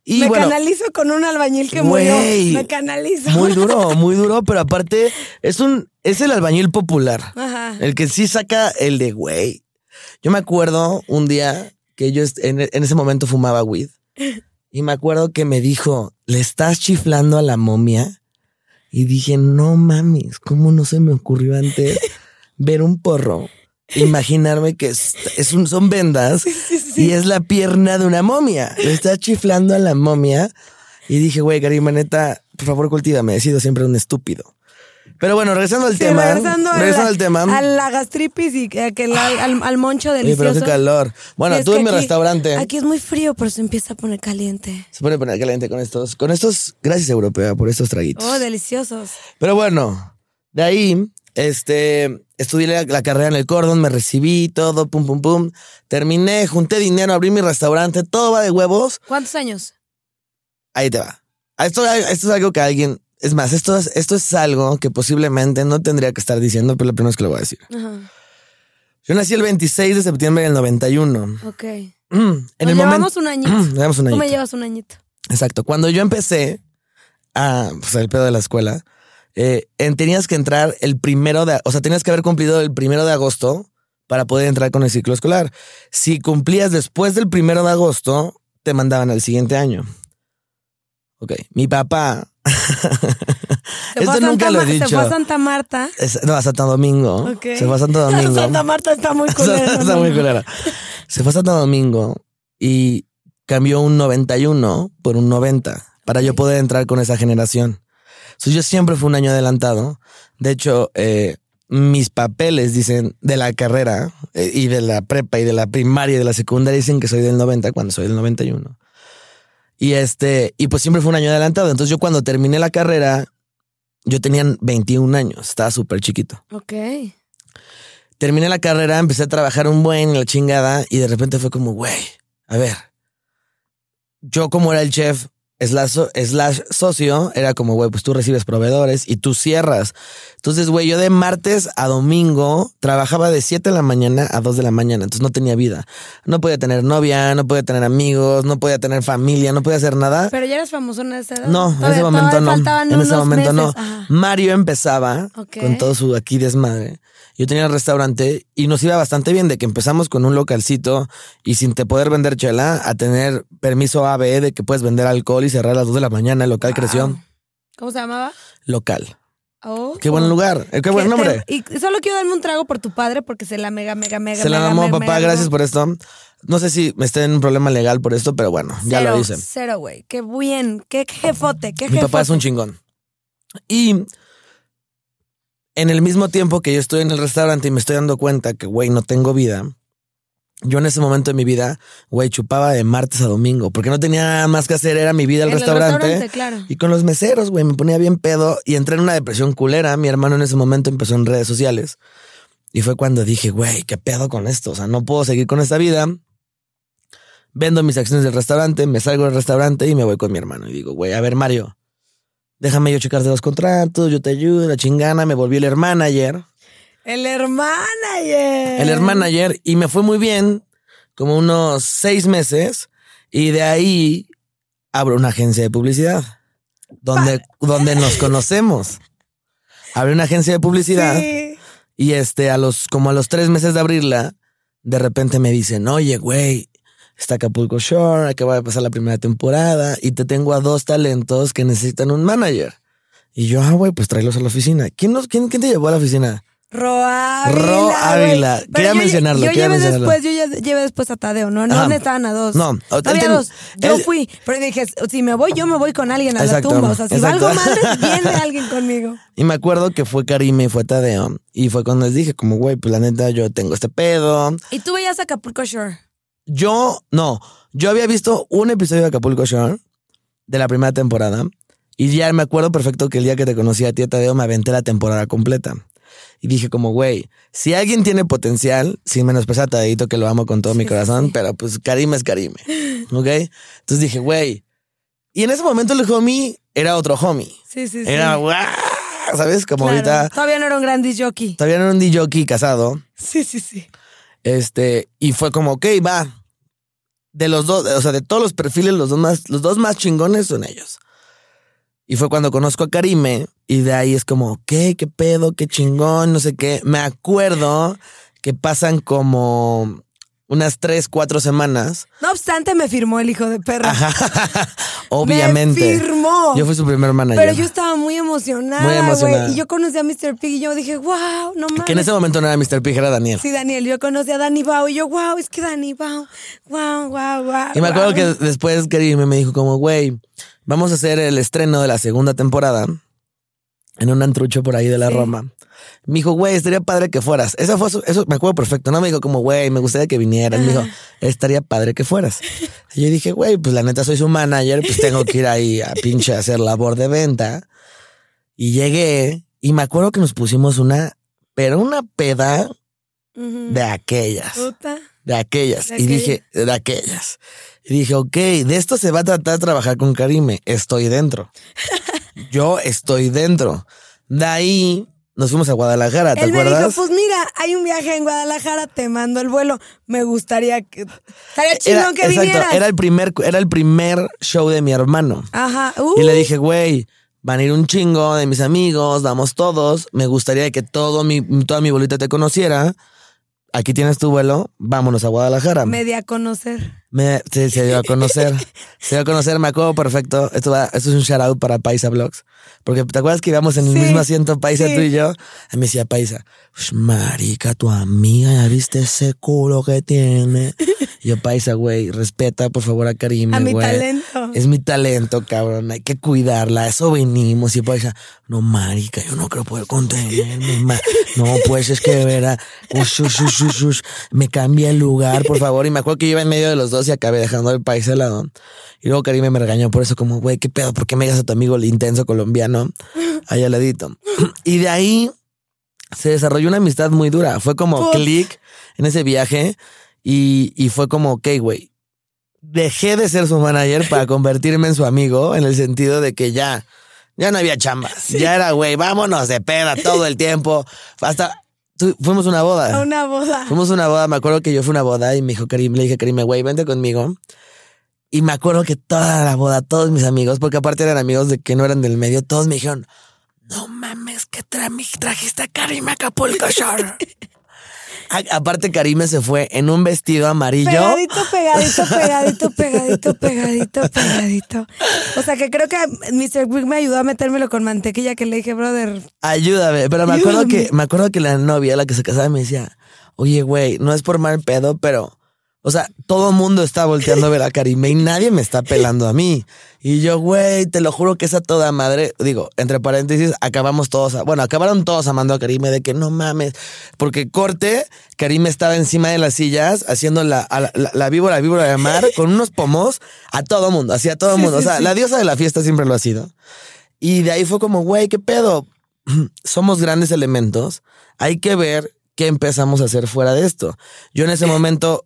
Speaker 2: Y
Speaker 1: me
Speaker 2: bueno,
Speaker 1: canalizo con un albañil que
Speaker 2: Güey.
Speaker 1: murió. Me canalizo.
Speaker 2: muy duro, muy duro, pero aparte es un es el albañil popular.
Speaker 1: Ajá.
Speaker 2: El que sí saca el de güey. Yo me acuerdo un día que yo est- en, en ese momento fumaba weed. Y me acuerdo que me dijo, ¿le estás chiflando a la momia? Y dije, no mames, ¿cómo no se me ocurrió antes ver un porro? Imaginarme que es, es un, son vendas y es la pierna de una momia. Le estás chiflando a la momia. Y dije, güey, Karima, neta, por favor, cultívame. He sido siempre un estúpido. Pero bueno, regresando al
Speaker 1: Sí,
Speaker 2: tema.
Speaker 1: regresando, a
Speaker 2: regresando
Speaker 1: la-
Speaker 2: al tema.
Speaker 1: A la gastripis y que- que la- al, al moncho
Speaker 2: Oye,
Speaker 1: delicioso.
Speaker 2: pero qué calor. Bueno,
Speaker 1: Sí, es
Speaker 2: tú
Speaker 1: que
Speaker 2: en mi
Speaker 1: aquí-
Speaker 2: restaurante.
Speaker 1: Aquí es muy frío, pero se empieza a poner caliente.
Speaker 2: Se pone poner caliente con estos. Con estos. Gracias, Europea, por estos traguitos.
Speaker 1: Oh, deliciosos.
Speaker 2: Pero bueno, de ahí, este. Estudié la, la carrera en el cordón, me recibí, todo, pum, pum, pum. Terminé, junté dinero, abrí mi restaurante, todo va de huevos.
Speaker 1: ¿Cuántos años?
Speaker 2: Ahí te va. A Esto, a esto es algo que alguien. Es más, esto es, esto es algo que posiblemente no tendría que estar diciendo, pero la primera vez que lo voy a decir.
Speaker 1: Ajá.
Speaker 2: Yo nací el 26 de septiembre del 91.
Speaker 1: Ok.
Speaker 2: En
Speaker 1: Nos
Speaker 2: el momento.
Speaker 1: llevamos un añito.
Speaker 2: Llevamos un
Speaker 1: Tú
Speaker 2: añito.
Speaker 1: me llevas un añito.
Speaker 2: Exacto. Cuando yo empecé a pues, el pedo de la escuela, eh, en- tenías que entrar el primero de, o sea, tenías que haber cumplido el primero de agosto para poder entrar con el ciclo escolar. Si cumplías después del primero de agosto, te mandaban al siguiente año. Ok. Mi papá.
Speaker 1: Se fue a
Speaker 2: Esto
Speaker 1: Santa
Speaker 2: nunca lo he
Speaker 1: Ma- Se fue a
Speaker 2: dicho.
Speaker 1: Santa Marta.
Speaker 2: Es- no, a Santo Domingo.
Speaker 1: Ok.
Speaker 2: Se fue a Santo Domingo.
Speaker 1: Santa Marta está muy culera.
Speaker 2: Está
Speaker 1: no,
Speaker 2: muy
Speaker 1: no.
Speaker 2: culera. Se fue a Santo Domingo y cambió un 91 por un 90 para yo
Speaker 1: Ok.
Speaker 2: poder entrar con esa generación. So, yo siempre fui un año adelantado. De hecho, eh, mis papeles dicen de la carrera eh, y de la prepa y de la primaria y de la secundaria dicen que soy del 90 cuando soy del 91. Y este, y pues siempre fue un año adelantado. Entonces yo cuando terminé la carrera, yo tenía 21 años, estaba súper chiquito.
Speaker 1: Ok.
Speaker 2: Terminé la carrera, empecé a trabajar un buen, la chingada, y de repente fue como, güey, a ver, yo como era el chef, slash, slash socio era como, güey, pues tú recibes proveedores y tú cierras. Entonces, güey, yo de martes a domingo trabajaba de 7 de la mañana a 2 de la mañana, entonces no tenía vida. No podía tener novia, no podía tener amigos, no podía tener familia, no podía hacer nada.
Speaker 1: Pero ya eres famosona de esa edad.
Speaker 2: No, en
Speaker 1: Todavía-
Speaker 2: ese momento
Speaker 1: todavía
Speaker 2: no.
Speaker 1: faltaban
Speaker 2: En ese
Speaker 1: unos
Speaker 2: momento no.
Speaker 1: meses. Ajá.
Speaker 2: Mario empezaba
Speaker 1: Ok.
Speaker 2: con todo su aquí desmadre. Yo tenía el restaurante y nos iba bastante bien de que empezamos con un localcito y sin te poder vender chela a tener permiso ABE de que puedes vender alcohol y cerrar a las 2 de la mañana. El local creció.
Speaker 1: Wow. Ah. ¿Cómo se llamaba?
Speaker 2: Local.
Speaker 1: Oh.
Speaker 2: Qué buen lugar. eh, Qué buen
Speaker 1: Que te-
Speaker 2: nombre.
Speaker 1: y solo quiero darme un trago por tu padre porque se la mega, mega, mega.
Speaker 2: Se la
Speaker 1: mega,
Speaker 2: mamó,
Speaker 1: mega,
Speaker 2: papá.
Speaker 1: mega,
Speaker 2: Gracias
Speaker 1: mega.
Speaker 2: por esto. No sé si me esté en un problema legal por esto, pero bueno, ya
Speaker 1: Cero,
Speaker 2: lo hice.
Speaker 1: Cero, güey. Qué bien. Qué jefote. Qué
Speaker 2: Mi
Speaker 1: jefote.
Speaker 2: papá es un chingón. Y en el mismo tiempo que yo estoy en el restaurante y me estoy dando cuenta que, güey, no tengo vida, yo en ese momento de mi vida, güey, chupaba de martes a domingo, porque no tenía nada más que hacer, era mi vida
Speaker 1: En
Speaker 2: el restaurante.
Speaker 1: claro.
Speaker 2: Y con los meseros, güey, me ponía bien pedo y entré en una depresión culera. Mi hermano en ese momento empezó en redes sociales. Y fue cuando dije, güey, qué pedo con esto. O sea, no puedo seguir con esta vida. Vendo mis acciones del restaurante, me salgo del restaurante y me voy con mi hermano. Y digo, güey, a ver, Mario, déjame yo checar de los contratos, yo te ayudo, la chingana. Me volví el hermano ayer.
Speaker 1: El hermana, yeah.
Speaker 2: El hermano ayer y me fue muy bien, como unos seis meses. Y de ahí abro una agencia de publicidad, donde, donde nos conocemos. Abrí una agencia de publicidad
Speaker 1: Sí.
Speaker 2: y este, a los, como a los tres meses de abrirla, de repente me dicen, oye, güey, está Acapulco Shore, acaba de pasar la primera temporada y te tengo a dos talentos que necesitan un manager. Y yo, ah, güey, pues tráelos a la oficina. ¿Quién, nos, quién, ¿Quién te llevó a la oficina?
Speaker 1: Ro Ávila.
Speaker 2: Ro
Speaker 1: güey.
Speaker 2: Ávila.
Speaker 1: Pero
Speaker 2: Quería
Speaker 1: yo-
Speaker 2: mencionarlo,
Speaker 1: Yo
Speaker 2: quería
Speaker 1: llevé
Speaker 2: mencionarlo.
Speaker 1: después, yo ya llevé después a Tadeo. No, no
Speaker 2: Ajá.
Speaker 1: estaban a dos.
Speaker 2: No, él
Speaker 1: había
Speaker 2: ten-
Speaker 1: dos. Yo
Speaker 2: él-
Speaker 1: fui. Pero dije, si me voy, yo me voy con alguien a
Speaker 2: Exacto,
Speaker 1: la tumba. O sea, si
Speaker 2: exacto.
Speaker 1: valgo madres, viene alguien conmigo.
Speaker 2: Y me acuerdo que fue Karime y fue Tadeo. Y fue cuando les dije, como, güey, pues la neta, yo tengo este pedo.
Speaker 1: Y tú veías Acapulco Shore.
Speaker 2: Yo, no, yo había visto un episodio de Acapulco Shore de la primera temporada. Y ya me acuerdo perfecto que el día que te conocí a ti, Tadeo, me aventé la temporada completa. Y dije, como, güey, si alguien tiene potencial, sin menospreciar a Tadeito, que lo amo con todo mi
Speaker 1: Sí, sí,
Speaker 2: corazón,
Speaker 1: sí.
Speaker 2: pero pues Karime es Karime. ¿Ok? Entonces dije, güey. Y en ese momento el homie era otro homie.
Speaker 1: Sí, sí, sí.
Speaker 2: Era, guau, ¿sabes? Como
Speaker 1: Claro.
Speaker 2: ahorita.
Speaker 1: Todavía no era un gran disc jockey.
Speaker 2: Todavía no era un DJ jockey casado.
Speaker 1: Sí, sí, sí.
Speaker 2: Este, y fue como, ok, va. De los dos, o sea, de todos los perfiles, los dos más, los dos más chingones son ellos. Y fue cuando conozco a Karime, y de ahí es como, ok, qué pedo, qué chingón, no sé qué. Me acuerdo que pasan como unas tres, cuatro semanas.
Speaker 1: No obstante, me firmó el hijo de perra. Me
Speaker 2: Obviamente.
Speaker 1: firmó.
Speaker 2: Yo fui su primer manager.
Speaker 1: pero yo estaba muy emocionada,
Speaker 2: Muy
Speaker 1: güey.
Speaker 2: emocionada.
Speaker 1: Y yo conocí a Mr. Pig y yo dije, wow, no mames.
Speaker 2: que en ese momento no era Mr. Pig, era Daniel.
Speaker 1: Sí, Daniel, yo conocí a Dani Bao y yo, wow, es que Dani Bao, wow, wow, wow.
Speaker 2: Y me acuerdo
Speaker 1: wow".
Speaker 2: que después Karime me dijo como, güey, vamos a hacer el estreno de la segunda temporada en un antrucho por ahí de la
Speaker 1: Sí.
Speaker 2: Roma. Me dijo, güey, estaría padre que fueras. Esa fue su- eso me acuerdo perfecto. No me dijo como, güey, me gustaría que vinieras. Me dijo, estaría padre que fueras. Y yo dije, güey, pues la neta soy su manager, pues tengo que ir ahí a pinche hacer labor de venta. Y llegué y me acuerdo que nos pusimos una, pero una peda
Speaker 1: Ujú.
Speaker 2: de aquellas.
Speaker 1: Puta.
Speaker 2: De aquellas.
Speaker 1: De
Speaker 2: y dije, de aquellas. Y dije, ok, de esto se va a tratar de trabajar con Karime. Estoy dentro. Yo estoy dentro. De ahí nos fuimos a Guadalajara, ¿te
Speaker 1: Él me
Speaker 2: acuerdas?
Speaker 1: dijo, pues mira, hay un viaje en Guadalajara, te mando el vuelo. Me gustaría que. Estaría chido
Speaker 2: era,
Speaker 1: que
Speaker 2: exacto,
Speaker 1: vinieras.
Speaker 2: era el primer, era el primer show de mi hermano.
Speaker 1: Ajá. Uh,
Speaker 2: Y le dije, güey, van a ir un chingo de mis amigos, vamos todos. Me gustaría que todo mi, toda mi bolita te conociera. Aquí tienes tu vuelo, vámonos a Guadalajara.
Speaker 1: me di a conocer.
Speaker 2: Me, sí, se dio a conocer. se dio a conocer, me acuerdo perfecto. Esto, va- esto es un shout out para Paisa Vlogs. Porque te acuerdas que íbamos en el
Speaker 1: Sí,
Speaker 2: mismo asiento, Paisa,
Speaker 1: sí.
Speaker 2: tú y yo. Y me decía Paisa, "Ush, marica, tu amiga, ya viste ese culo que tiene. Y yo, Paisa, güey, respeta por favor a Karime,
Speaker 1: A mi
Speaker 2: güey.
Speaker 1: talento.
Speaker 2: Es mi talento, cabrón. Hay que cuidarla. a Eso venimos. Y pues, no, marica, yo no creo poder contenerme. ma. No, pues es que de verdad. ush, ush, ush, ush, ush, me cambia el lugar, por favor. Y me acuerdo que yo iba en medio de los dos y acabé dejando el país al lado. Y luego Karime me regañó por eso, como, güey, qué pedo, ¿por qué me digas a tu amigo el intenso colombiano? Allá al ladito. Y de ahí se desarrolló una amistad muy dura. Fue como
Speaker 1: Puf.
Speaker 2: click en ese viaje. Y, y fue como, ok, güey, dejé de ser su manager para convertirme en su amigo, en el sentido de que ya, ya no había chamba. Ya era, güey, vámonos de peda todo el tiempo. Hasta tu- fuimos a una boda.
Speaker 1: A una boda.
Speaker 2: Fuimos a una boda, me acuerdo que yo fui a una boda y me dijo Karim, le dije Karim, güey, vente conmigo. Y me acuerdo que toda la boda, todos mis amigos, porque aparte eran amigos de que no eran del medio, todos me dijeron, no mames, que tra- mi- trajiste a Karim a Acapulco Shore. A- aparte Karim se fue en un vestido amarillo.
Speaker 1: Pegadito, pegadito, pegadito, pegadito, pegadito, pegadito. O sea que creo que Mr. Quick me ayudó a metérmelo con mantequilla que le dije, brother.
Speaker 2: Ayúdame, pero me acuerdo
Speaker 1: Ayúdame.
Speaker 2: que me acuerdo que la novia, la que se casaba, me decía, oye, güey, no es por mal pedo, pero, o sea, todo mundo está volteando a ver a Karime y nadie me está pelando a mí. Y yo, güey, te lo juro que es a toda madre. Digo, entre paréntesis, acabamos todos, a- bueno, acabaron todos amando a Karime de que no mames, porque corte, Karime estaba encima de las sillas haciendo la, a la- la- la víbora, víbora de mar con unos pomos a todo mundo, así a todo
Speaker 1: Sí,
Speaker 2: mundo.
Speaker 1: sí,
Speaker 2: o sea,
Speaker 1: sí.
Speaker 2: la diosa de la fiesta siempre lo ha sido. Y de ahí fue como, güey, ¿qué pedo? Somos grandes elementos. Hay que ver qué empezamos a hacer fuera de esto. Yo en ese momento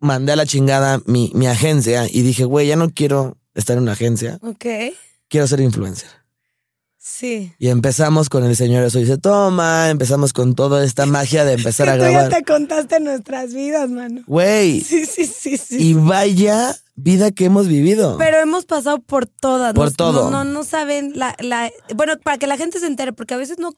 Speaker 2: mandé a la chingada mi, mi agencia y dije, güey, ya no quiero estar en una agencia,
Speaker 1: Ok.
Speaker 2: quiero ser influencer.
Speaker 1: Sí.
Speaker 2: Y empezamos con el señor Eso dice Toma, empezamos con toda esta magia de empezar a
Speaker 1: Que tú ya
Speaker 2: grabar.
Speaker 1: te contaste nuestras vidas, mano.
Speaker 2: Güey,
Speaker 1: Sí, sí, sí, sí.
Speaker 2: y vaya vida que hemos vivido.
Speaker 1: Pero hemos pasado por todas.
Speaker 2: Por
Speaker 1: no,
Speaker 2: todo.
Speaker 1: No, no, no saben la, la... Bueno, para que la gente se entere, porque a veces no...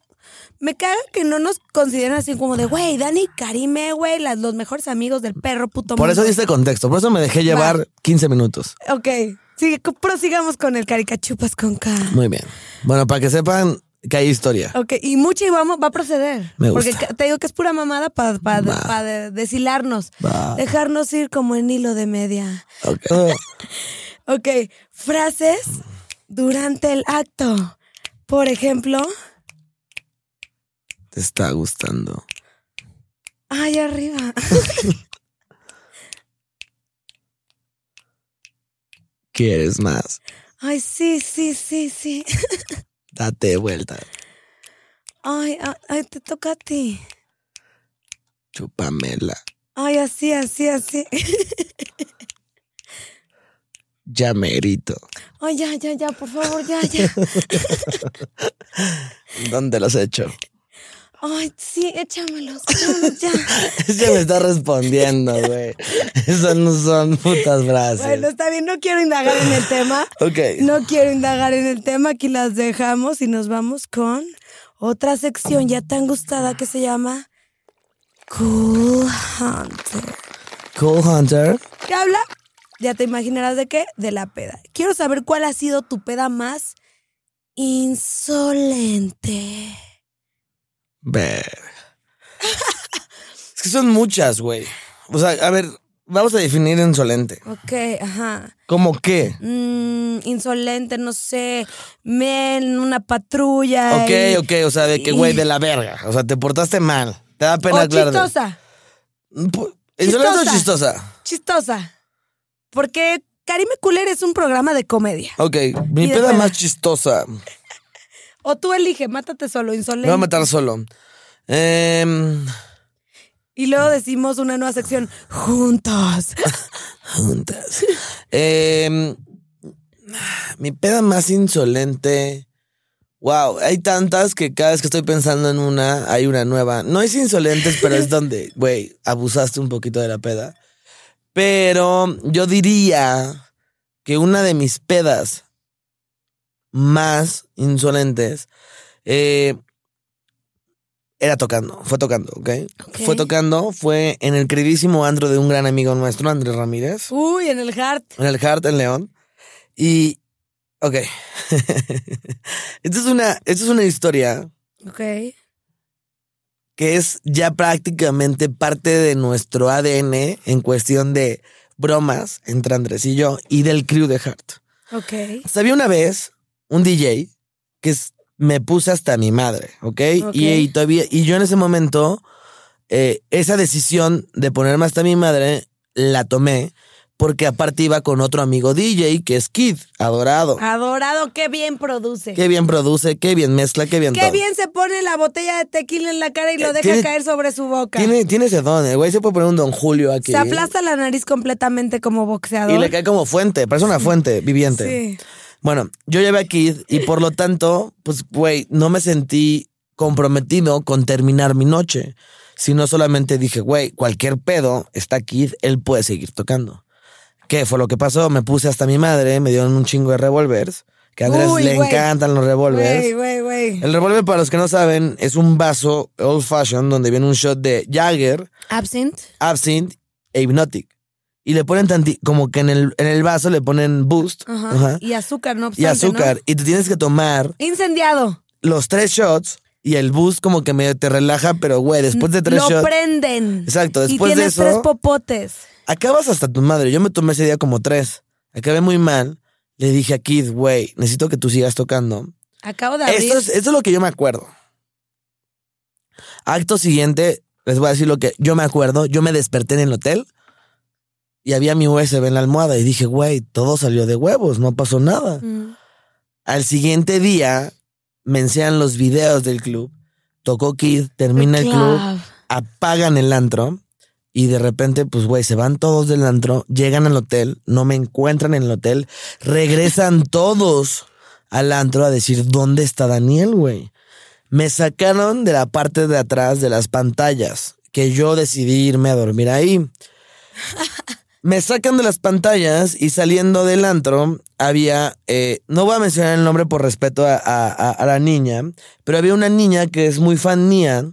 Speaker 1: Me caga que no nos consideran así como de, güey, Dani y Karime, güey, las- los mejores amigos del perro puto
Speaker 2: Por eso
Speaker 1: mundo".
Speaker 2: diste contexto, por eso me dejé llevar 15 minutos.
Speaker 1: Ok, sí, co- prosigamos con el caricachupas con K.
Speaker 2: Muy bien. Bueno, para que sepan que hay historia.
Speaker 1: Ok, y mucho y vamos, va a proceder.
Speaker 2: Me gusta.
Speaker 1: Porque ca- te digo que es pura mamada para
Speaker 2: Va.
Speaker 1: deshilarnos.
Speaker 2: Va.
Speaker 1: Dejarnos ir como en hilo de media.
Speaker 2: Ok.
Speaker 1: Ok, frases durante el acto. Por ejemplo...
Speaker 2: Te está gustando.
Speaker 1: Ay, arriba.
Speaker 2: ¿Quieres más?
Speaker 1: Ay, sí, sí, sí, sí.
Speaker 2: Date vuelta.
Speaker 1: Ay, ay, ay, te toca a ti.
Speaker 2: Chúpamela.
Speaker 1: Ay, así, así, así.
Speaker 2: Llamerito.
Speaker 1: Ay, ya, ya, ya, por favor, ya, ya.
Speaker 2: ¿Dónde los echo?
Speaker 1: Ay, sí, échamelos, échamelos ya.
Speaker 2: Se me está respondiendo, güey. Esas no son putas frases.
Speaker 1: Bueno, está bien, no quiero indagar en el tema.
Speaker 2: ok.
Speaker 1: No quiero indagar en el tema, aquí las dejamos y nos vamos con otra sección ya tan gustada que se llama Cool Hunter.
Speaker 2: Cool Hunter.
Speaker 1: ¿Qué habla? Ya te imaginarás de qué, de la peda. Quiero saber cuál ha sido tu peda más insolente.
Speaker 2: Ver. Es que son muchas, güey. O sea, a ver, vamos a definir insolente.
Speaker 1: Ok, ajá.
Speaker 2: ¿Cómo qué?
Speaker 1: Mm, insolente, no sé, me en una patrulla.
Speaker 2: Ok,
Speaker 1: y-
Speaker 2: ok, o sea, de que, güey, de la verga. O sea, te portaste mal. Te da
Speaker 1: O
Speaker 2: pena aclarar. de-
Speaker 1: chistosa,
Speaker 2: Pu- Insolente o
Speaker 1: Chistosa.
Speaker 2: chistosa.
Speaker 1: chistosa. Porque Karime Cooler es un programa de comedia.
Speaker 2: Ok, mi
Speaker 1: Y de
Speaker 2: peda
Speaker 1: peda.
Speaker 2: más chistosa.
Speaker 1: O tú elige, mátate solo,
Speaker 2: Me
Speaker 1: insolente.
Speaker 2: voy a matar solo. Em,
Speaker 1: Y luego decimos una nueva sección, juntos.
Speaker 2: juntas. Em, mi peda más insolente. Wow, hay tantas que cada vez que estoy pensando en una, hay una nueva. No es insolentes, pero es donde, güey, abusaste un poquito de la peda. Pero yo diría que una de mis pedas más insolentes eh, era tocando, fue tocando,
Speaker 1: Ok.
Speaker 2: ¿ok? Fue tocando, fue en el queridísimo antro de un gran amigo nuestro, Andrés Ramírez
Speaker 1: Uy, en el heart.
Speaker 2: en el Hart, en León. Y, ok. esta, es una, esta es una historia
Speaker 1: Ok.
Speaker 2: que es ya prácticamente parte de nuestro ADN en cuestión de bromas entre Andrés y yo y del crew de Hart.
Speaker 1: Ok.
Speaker 2: Sabía una vez un DJ que es- me puse hasta mi madre, ¿ok?
Speaker 1: Ok.
Speaker 2: Y, y todavía, y yo en ese momento, eh, esa decisión de ponerme hasta mi madre la tomé porque aparte iba con otro amigo DJ que es Kid,
Speaker 1: Ah,
Speaker 2: adorado.
Speaker 1: Adorado, qué bien produce.
Speaker 2: Oh. Qué bien produce, qué bien mezcla, qué bien
Speaker 1: Qué
Speaker 2: todo.
Speaker 1: bien se pone la botella de tequila en la cara y lo
Speaker 2: Eh,
Speaker 1: deja
Speaker 2: tiene-
Speaker 1: caer sobre su boca.
Speaker 2: Tiene, tiene ese don, el güey se puede poner un Don Julio aquí.
Speaker 1: se aplasta la nariz completamente como boxeador.
Speaker 2: Y le cae como fuente, parece una fuente viviente.
Speaker 1: Sí.
Speaker 2: Bueno, yo llevé a Kid y por lo tanto, pues, güey, no me sentí comprometido con terminar mi noche, sino solamente dije, güey, cualquier pedo está Kid, él puede seguir tocando. ¿Qué fue lo que pasó? Me puse hasta mi madre, me dieron un chingo de revólveres, que a Andrés
Speaker 1: Uy,
Speaker 2: le
Speaker 1: güey.
Speaker 2: encantan los revólveres.
Speaker 1: Güey, güey, güey.
Speaker 2: El revólver, para los que no saben, es un vaso old fashioned donde viene un shot de Jagger,
Speaker 1: Absent.
Speaker 2: Absinthe e Hypnotic. Y le ponen tanti- como que en el, en el vaso le ponen boost
Speaker 1: Ajá.
Speaker 2: ajá,
Speaker 1: Y azúcar, no obstante,
Speaker 2: y azúcar. Y te tienes que tomar
Speaker 1: ¿no? Incendiado.
Speaker 2: los tres shots y el boost como que medio te relaja, pero güey, después de tres
Speaker 1: lo
Speaker 2: shots.
Speaker 1: prenden.
Speaker 2: Exacto,
Speaker 1: y
Speaker 2: después de
Speaker 1: tienes
Speaker 2: eso,
Speaker 1: tres popotes.
Speaker 2: acabas hasta tu madre. Yo me tomé ese día como tres. Acabé muy mal. Le dije a Kid, güey, necesito que tú sigas tocando.
Speaker 1: Acabo de abrir.
Speaker 2: Esto es, esto es lo que yo me acuerdo. Acto siguiente, les voy a decir lo que yo me acuerdo. Yo me desperté en el hotel y había mi USB en la almohada y dije, güey, todo salió de huevos, no pasó nada.
Speaker 1: Mm.
Speaker 2: Al siguiente día, me enseñan los videos del club. Tocó Kid, termina el club, apagan el antro y de repente, pues, güey, se van todos del antro, llegan al hotel, no me encuentran en el hotel, regresan todos al antro a decir, ¿dónde está Daniel, güey? Me sacaron de la parte de atrás de las pantallas, que yo decidí irme a dormir ahí. Me sacan de las pantallas y saliendo del antro había, eh, no voy a mencionar el nombre por respeto a, a- a- a la niña, pero había una niña que es muy fan mía.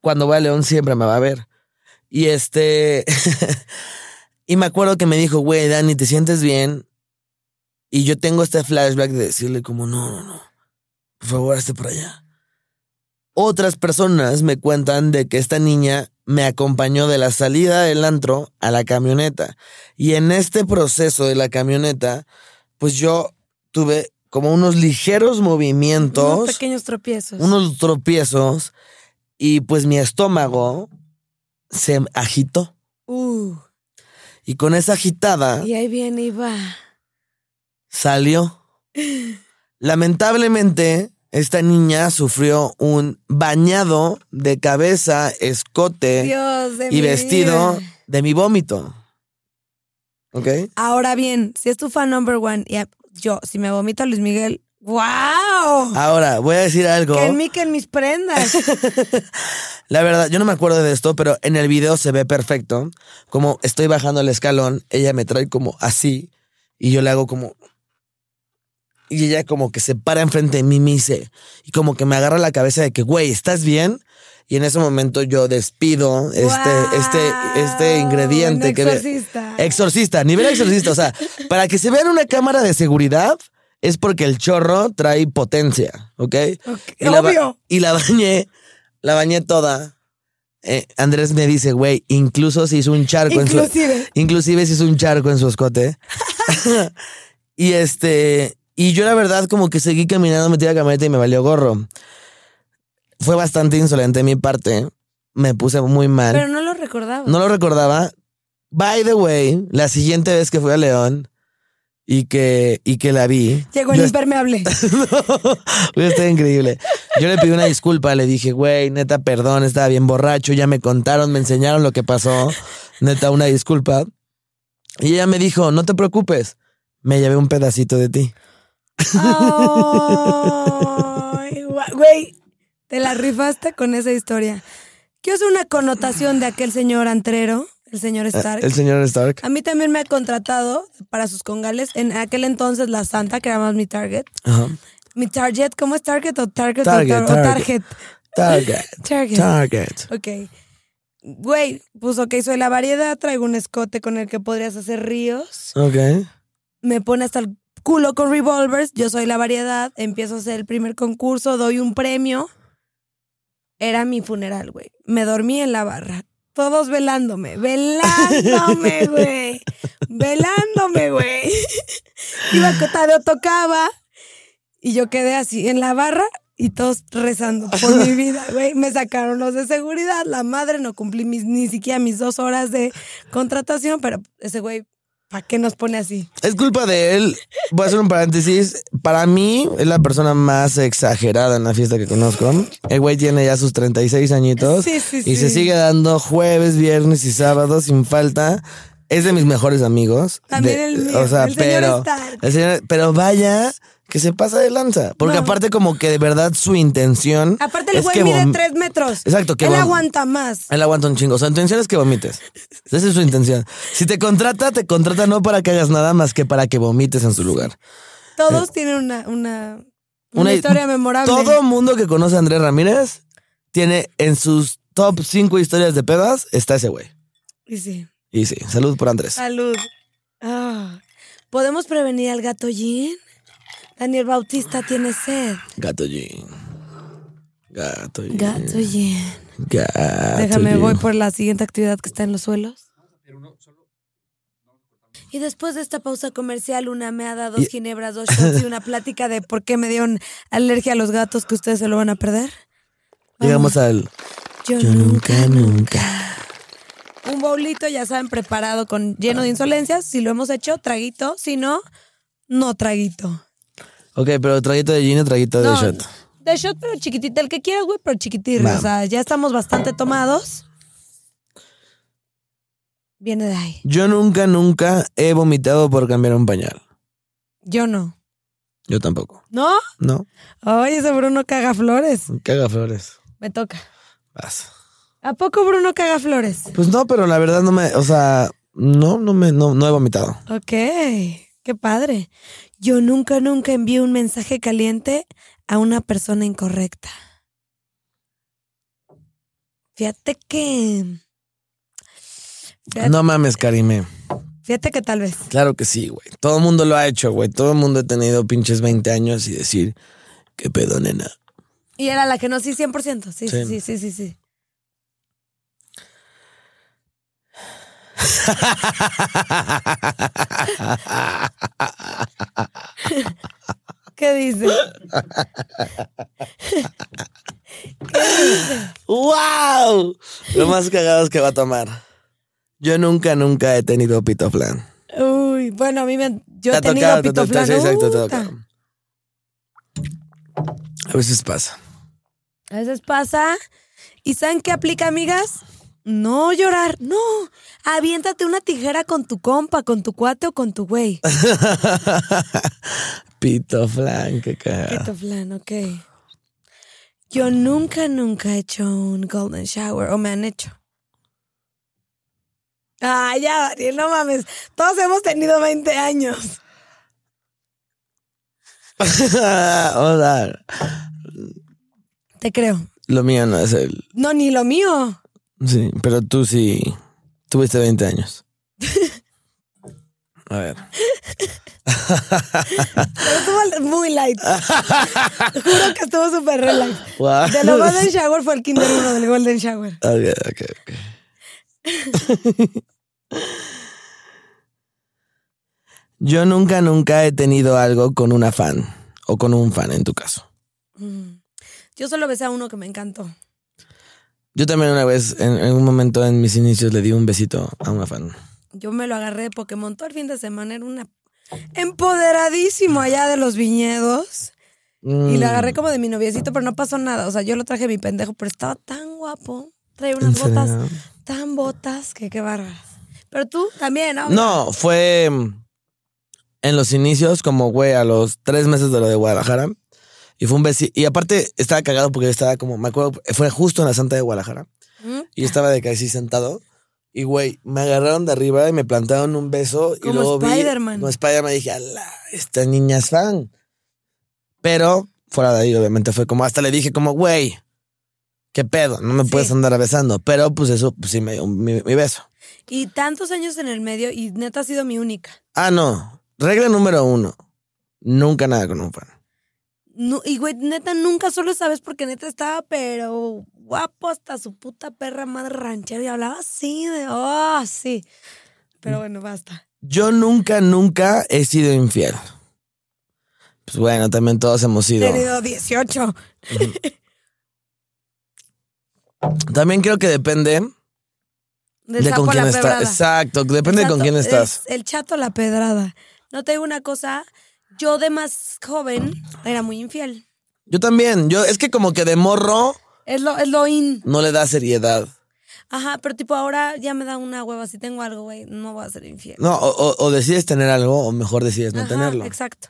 Speaker 2: Cuando voy a León siempre me va a ver. Y este, y me acuerdo que me dijo, güey, Dani, ¿te sientes bien? Y yo tengo este flashback de decirle como, no, no, no, por favor, hazte para allá. Otras personas me cuentan de que esta niña me acompañó de la salida del antro a la camioneta. Y en este proceso de la camioneta, pues yo tuve como unos ligeros movimientos
Speaker 1: Unos pequeños tropiezos.
Speaker 2: unos tropiezos y pues mi estómago se agitó.
Speaker 1: Uh,
Speaker 2: Y con esa agitada
Speaker 1: y ahí viene y va.
Speaker 2: salió. Lamentablemente, esta niña sufrió un bañado de cabeza, escote
Speaker 1: Dios de mi
Speaker 2: y vestido
Speaker 1: vida.
Speaker 2: de mi vómito. ¿Ok?
Speaker 1: Ahora bien, si es tu fan number one, y a- yo, si me vomita Luis Miguel, ¡wow!
Speaker 2: Ahora, voy a decir algo.
Speaker 1: Que en mí, que en mis prendas.
Speaker 2: este, La verdad, yo no me acuerdo de esto, pero en el video se ve perfecto. Como estoy bajando el escalón, ella me trae como así y yo le hago como... Y ella como que se para enfrente de mí, me dice, y como que me agarra la cabeza de que, güey, ¿estás bien? Y en ese momento yo despido este, este, este
Speaker 1: Wow,
Speaker 2: ingrediente
Speaker 1: un
Speaker 2: que... ve-
Speaker 1: exorcista.
Speaker 2: Exorcista, nivel exorcista. O sea, para que se vea en una cámara de seguridad es porque el chorro trae potencia, ¿ok?
Speaker 1: Ok,
Speaker 2: la ba-
Speaker 1: Obvio.
Speaker 2: y la bañé, la bañé toda. Eh, Andrés me dice, güey, incluso se hizo un charco en su...
Speaker 1: Inclusive.
Speaker 2: Inclusive se hizo un charco en su escote. y este... Y yo la verdad como que seguí caminando, metí la camioneta y me valió gorro. Fue bastante insolente de mi parte. Me puse muy mal.
Speaker 1: Pero no lo recordaba.
Speaker 2: No lo recordaba. By the way, la siguiente vez que fui a León y que, y que la vi.
Speaker 1: Llegó
Speaker 2: yo
Speaker 1: el
Speaker 2: est-
Speaker 1: impermeable.
Speaker 2: Güey, está increíble. Yo le pedí una disculpa, le dije, güey, neta, perdón, estaba bien borracho, ya me contaron, me enseñaron lo que pasó. Neta, una disculpa. Y ella me dijo, no te preocupes, me llevé un pedacito de ti.
Speaker 1: Ay, gua- Güey, te la rifaste con esa historia. Quiero hacer una connotación de aquel señor antrero, el señor
Speaker 2: Eh,
Speaker 1: Stark.
Speaker 2: El señor Stark.
Speaker 1: A mí también me ha contratado para sus congales. En aquel entonces la Santa, que era más mi target.
Speaker 2: Ajá.
Speaker 1: Mi target, ¿cómo es target o target,
Speaker 2: Target,
Speaker 1: o, tar- o
Speaker 2: target.
Speaker 1: target? Target.
Speaker 2: Target. Target.
Speaker 1: Ok. Güey, pues ok, soy la variedad, traigo un escote con el que podrías hacer ríos.
Speaker 2: Ok.
Speaker 1: me pone hasta el culo con revolvers, yo soy la variedad, empiezo a hacer el primer concurso, doy un premio. Era mi funeral, güey. Me dormí en la barra. Todos velándome, velándome, güey. Velándome, güey. Iba Cotadeo, tocaba. Y yo quedé así en la barra, y todos rezando por mi vida, güey. Me sacaron los de seguridad, la madre, no cumplí mis, ni siquiera mis dos horas de contratación, pero ese güey, ¿para qué nos pone así?
Speaker 2: Es culpa de él. Voy a hacer un paréntesis. Para mí, es la persona más exagerada en la fiesta que conozco. El güey tiene ya sus 36 añitos.
Speaker 1: Sí, sí,
Speaker 2: y
Speaker 1: sí.
Speaker 2: se sigue dando jueves, viernes y sábado sin falta. Es de mis mejores amigos.
Speaker 1: También
Speaker 2: De-
Speaker 1: el mío,
Speaker 2: O sea,
Speaker 1: el señor
Speaker 2: pero.
Speaker 1: Stark.
Speaker 2: el señor- pero vaya que se pasa de lanza. Porque
Speaker 1: No.
Speaker 2: aparte, como que de verdad su intención.
Speaker 1: Aparte el
Speaker 2: es
Speaker 1: güey
Speaker 2: que
Speaker 1: mide
Speaker 2: vom-
Speaker 1: tres metros.
Speaker 2: Exacto, que
Speaker 1: Él
Speaker 2: vom-
Speaker 1: aguanta más.
Speaker 2: él aguanta un chingo. O sea, tu intención es que vomites. Esa es su intención. Si te contrata, te contrata no para que hagas nada más que para que vomites en su lugar.
Speaker 1: Todos tienen una, una, una historia memorable.
Speaker 2: Eh, Todo mundo que conoce a Andrés Ramírez tiene en sus top 5 historias de pedas, está ese güey.
Speaker 1: Y sí.
Speaker 2: Y sí, salud por Andrés.
Speaker 1: Salud. Ah. ¿Podemos prevenir al gato Jean? Daniel Bautista tiene sed.
Speaker 2: Gato Jean. Gato Jean.
Speaker 1: Gato Jean.
Speaker 2: Gato
Speaker 1: Déjame,
Speaker 2: Jean.
Speaker 1: voy por la siguiente actividad que está en los suelos. Y después de esta pausa comercial, una meada, dos
Speaker 2: Y-
Speaker 1: ginebras, dos shots y una plática de por qué me dieron alergia a los gatos que ustedes se lo van a perder.
Speaker 2: Llegamos al.
Speaker 1: Yo,
Speaker 2: Yo nunca, nunca.
Speaker 1: Un bolito, ya saben, preparado con lleno de insolencias. Si lo hemos hecho, traguito. Si no, no traguito.
Speaker 2: Ok, pero traguito de gin o traguito de
Speaker 1: no,
Speaker 2: shot.
Speaker 1: De shot, pero chiquitita. El que quieras, güey, pero chiquitirri.
Speaker 2: Va.
Speaker 1: O sea, ya estamos bastante tomados. Viene de ahí.
Speaker 2: Yo nunca, nunca he vomitado por cambiar un pañal.
Speaker 1: Yo no.
Speaker 2: Yo tampoco.
Speaker 1: ¿No?
Speaker 2: No.
Speaker 1: Ay, ese Bruno caga flores.
Speaker 2: Caga flores.
Speaker 1: Me toca.
Speaker 2: Vas.
Speaker 1: ¿A poco Bruno caga flores?
Speaker 2: Pues no, pero la verdad no me, o sea, no, no me, no, no he vomitado.
Speaker 1: Ok, qué padre. Yo nunca, nunca envié un mensaje caliente a una persona incorrecta. Fíjate que... Fíjate,
Speaker 2: No mames, Karime.
Speaker 1: fíjate que tal vez.
Speaker 2: Claro que sí, güey. Todo el mundo lo ha hecho, güey. Todo el mundo ha tenido pinches 20 años y decir, qué pedo, nena.
Speaker 1: Y era la que no, sí, 100%. Sí, sí,
Speaker 2: Sí.
Speaker 1: sí, sí, sí. sí. ¿Qué dice?
Speaker 2: ¡Wow! Lo más cagado es que va a tomar. Yo nunca, nunca he tenido pitoflan.
Speaker 1: Uy, bueno, a mí me... Yo he
Speaker 2: Te ha
Speaker 1: tenido
Speaker 2: tocado, te ha
Speaker 1: pitoflán.
Speaker 2: tocado, sí, exacto, te ha
Speaker 1: Uta.
Speaker 2: tocado. A veces pasa.
Speaker 1: A veces pasa. ¿Y saben qué aplica, amigas? No llorar, no. Aviéntate una tijera con tu compa, con tu cuate o con tu güey.
Speaker 2: Pitoflan, qué cagado.
Speaker 1: Pitoflan, ok. Yo nunca, nunca he hecho un golden shower, o me han hecho. Ah, ya, Ariel, no mames. Todos hemos tenido 20 años.
Speaker 2: o sea,
Speaker 1: Te creo.
Speaker 2: lo mío no es el,
Speaker 1: No, ni lo mío.
Speaker 2: Sí, pero tú sí tuviste 20 años. A ver.
Speaker 1: Pero estuvo muy light. Juro que estuvo súper relax.
Speaker 2: Wow.
Speaker 1: De lo golden shower fue el kinder uno del golden shower.
Speaker 2: Ok, ok, ok. Yo nunca, nunca he tenido algo con una fan. O con un fan en tu caso.
Speaker 1: Mm. Yo solo besé a uno que me encantó.
Speaker 2: Yo también una vez, en, en un momento en mis inicios, le di un besito a una fan.
Speaker 1: Yo me lo agarré de Pokémon todo el fin de semana. Era una empoderadísimo allá de los viñedos. Y lo
Speaker 2: Mm.
Speaker 1: agarré como de mi noviecito, pero no pasó nada. O sea, yo lo traje mi pendejo, pero estaba tan guapo. Traía unas
Speaker 2: Mm, ¿En
Speaker 1: botas
Speaker 2: serio?
Speaker 1: tan botas que qué bárbaras. Pero tú también, ¿no?
Speaker 2: No, fue mm, en los inicios, como güey, a los tres meses de lo de Guadalajara. Y fue un besito. Y aparte estaba cagado porque yo estaba como, me acuerdo, fue justo en la Santa de Guadalajara.
Speaker 1: ¿Mm?
Speaker 2: Y yo estaba de que así sentado. Y güey, me agarraron de arriba y me plantaron un beso.
Speaker 1: Como
Speaker 2: y luego vi-
Speaker 1: Spider-Man.
Speaker 2: Como Spider-Man. Y dije, ala, esta niña es fan. Pero fuera de ahí, obviamente, fue como, hasta le dije como, güey, qué pedo, no me
Speaker 1: Sí.
Speaker 2: puedes andar besando. Pero pues eso, pues sí, me dio mi- mi beso.
Speaker 1: Y tantos años en el medio y neta ha sido mi única.
Speaker 2: Ah, no. Regla número uno. Nunca nada con un fan.
Speaker 1: No, y güey, neta nunca solo sabes porque neta estaba, pero guapo hasta su puta perra madre ranchero y hablaba así de, oh, sí.
Speaker 2: Mm.
Speaker 1: Pero bueno, basta.
Speaker 2: Yo nunca, nunca he sido infiel. Pues bueno, también todos hemos
Speaker 1: He
Speaker 2: ido.
Speaker 1: tenido 18.
Speaker 2: También creo que depende
Speaker 1: Del
Speaker 2: de
Speaker 1: sapo
Speaker 2: con
Speaker 1: a
Speaker 2: quién
Speaker 1: la
Speaker 2: estás.
Speaker 1: pedrada.
Speaker 2: Exacto, depende de con
Speaker 1: Chato-
Speaker 2: quién estás.
Speaker 1: es el chato a la pedrada. No te digo una cosa, yo de más joven era muy infiel.
Speaker 2: Yo también, yo es que como que de morro
Speaker 1: Es lo, es lo in.
Speaker 2: no le da seriedad.
Speaker 1: Ajá, pero tipo ahora ya me da una hueva. Si tengo algo, güey, no voy a ser infiel.
Speaker 2: No, o, o- o decides tener algo o mejor decides no
Speaker 1: Ajá,
Speaker 2: tenerlo.
Speaker 1: Exacto.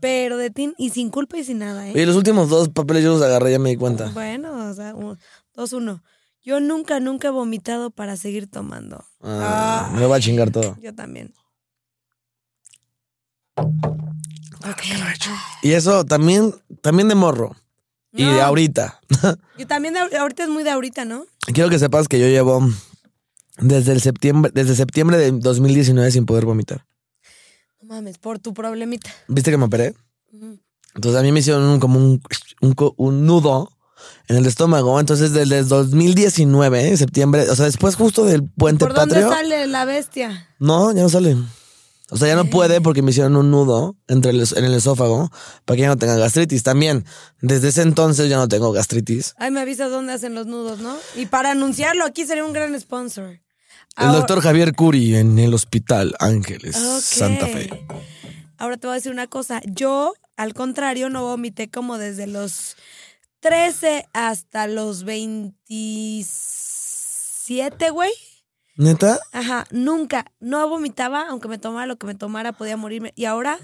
Speaker 1: Pero de ti, y sin culpa y sin nada, ¿eh?
Speaker 2: Y los últimos dos papeles yo los agarré, ya me di cuenta.
Speaker 1: Bueno, o sea, un- dos, uno. Yo nunca, nunca he vomitado para seguir tomando.
Speaker 2: Ah, me va a chingar todo.
Speaker 1: Yo también.
Speaker 2: Ah,
Speaker 1: Okay.
Speaker 2: Y eso también, también de morro. Y de
Speaker 1: No.
Speaker 2: ahorita.
Speaker 1: Yo también de ahor- ahorita es muy de ahorita, ¿no?
Speaker 2: Quiero que sepas que yo llevo desde el septiembre, desde septiembre de 2019 sin poder vomitar.
Speaker 1: No mames, por tu problemita.
Speaker 2: ¿Viste que me operé?
Speaker 1: Ujú.
Speaker 2: Entonces a mí me hicieron un- como un, un co- un nudo en el estómago. Entonces desde el 2019, en septiembre, o sea, después justo del puente
Speaker 1: ¿Por dónde
Speaker 2: patrio.
Speaker 1: sale la bestia?
Speaker 2: No, ya no sale. O sea, ya no puede porque me hicieron un nudo entre el es- en el esófago para que ya no tenga gastritis. También, desde ese entonces ya no tengo gastritis.
Speaker 1: Ay, me avisas dónde hacen los nudos, ¿no? Y para anunciarlo, aquí sería un gran sponsor.
Speaker 2: El
Speaker 1: Ahora-
Speaker 2: doctor Javier Curi en el Hospital Ángeles,
Speaker 1: Ok.
Speaker 2: Santa Fe.
Speaker 1: Ahora te voy a decir una cosa. Yo, al contrario, no vomité como desde los 13 hasta los 27, güey.
Speaker 2: ¿Neta?
Speaker 1: Ajá, nunca. No vomitaba, aunque me tomara lo que me tomara, podía morirme. Y ahora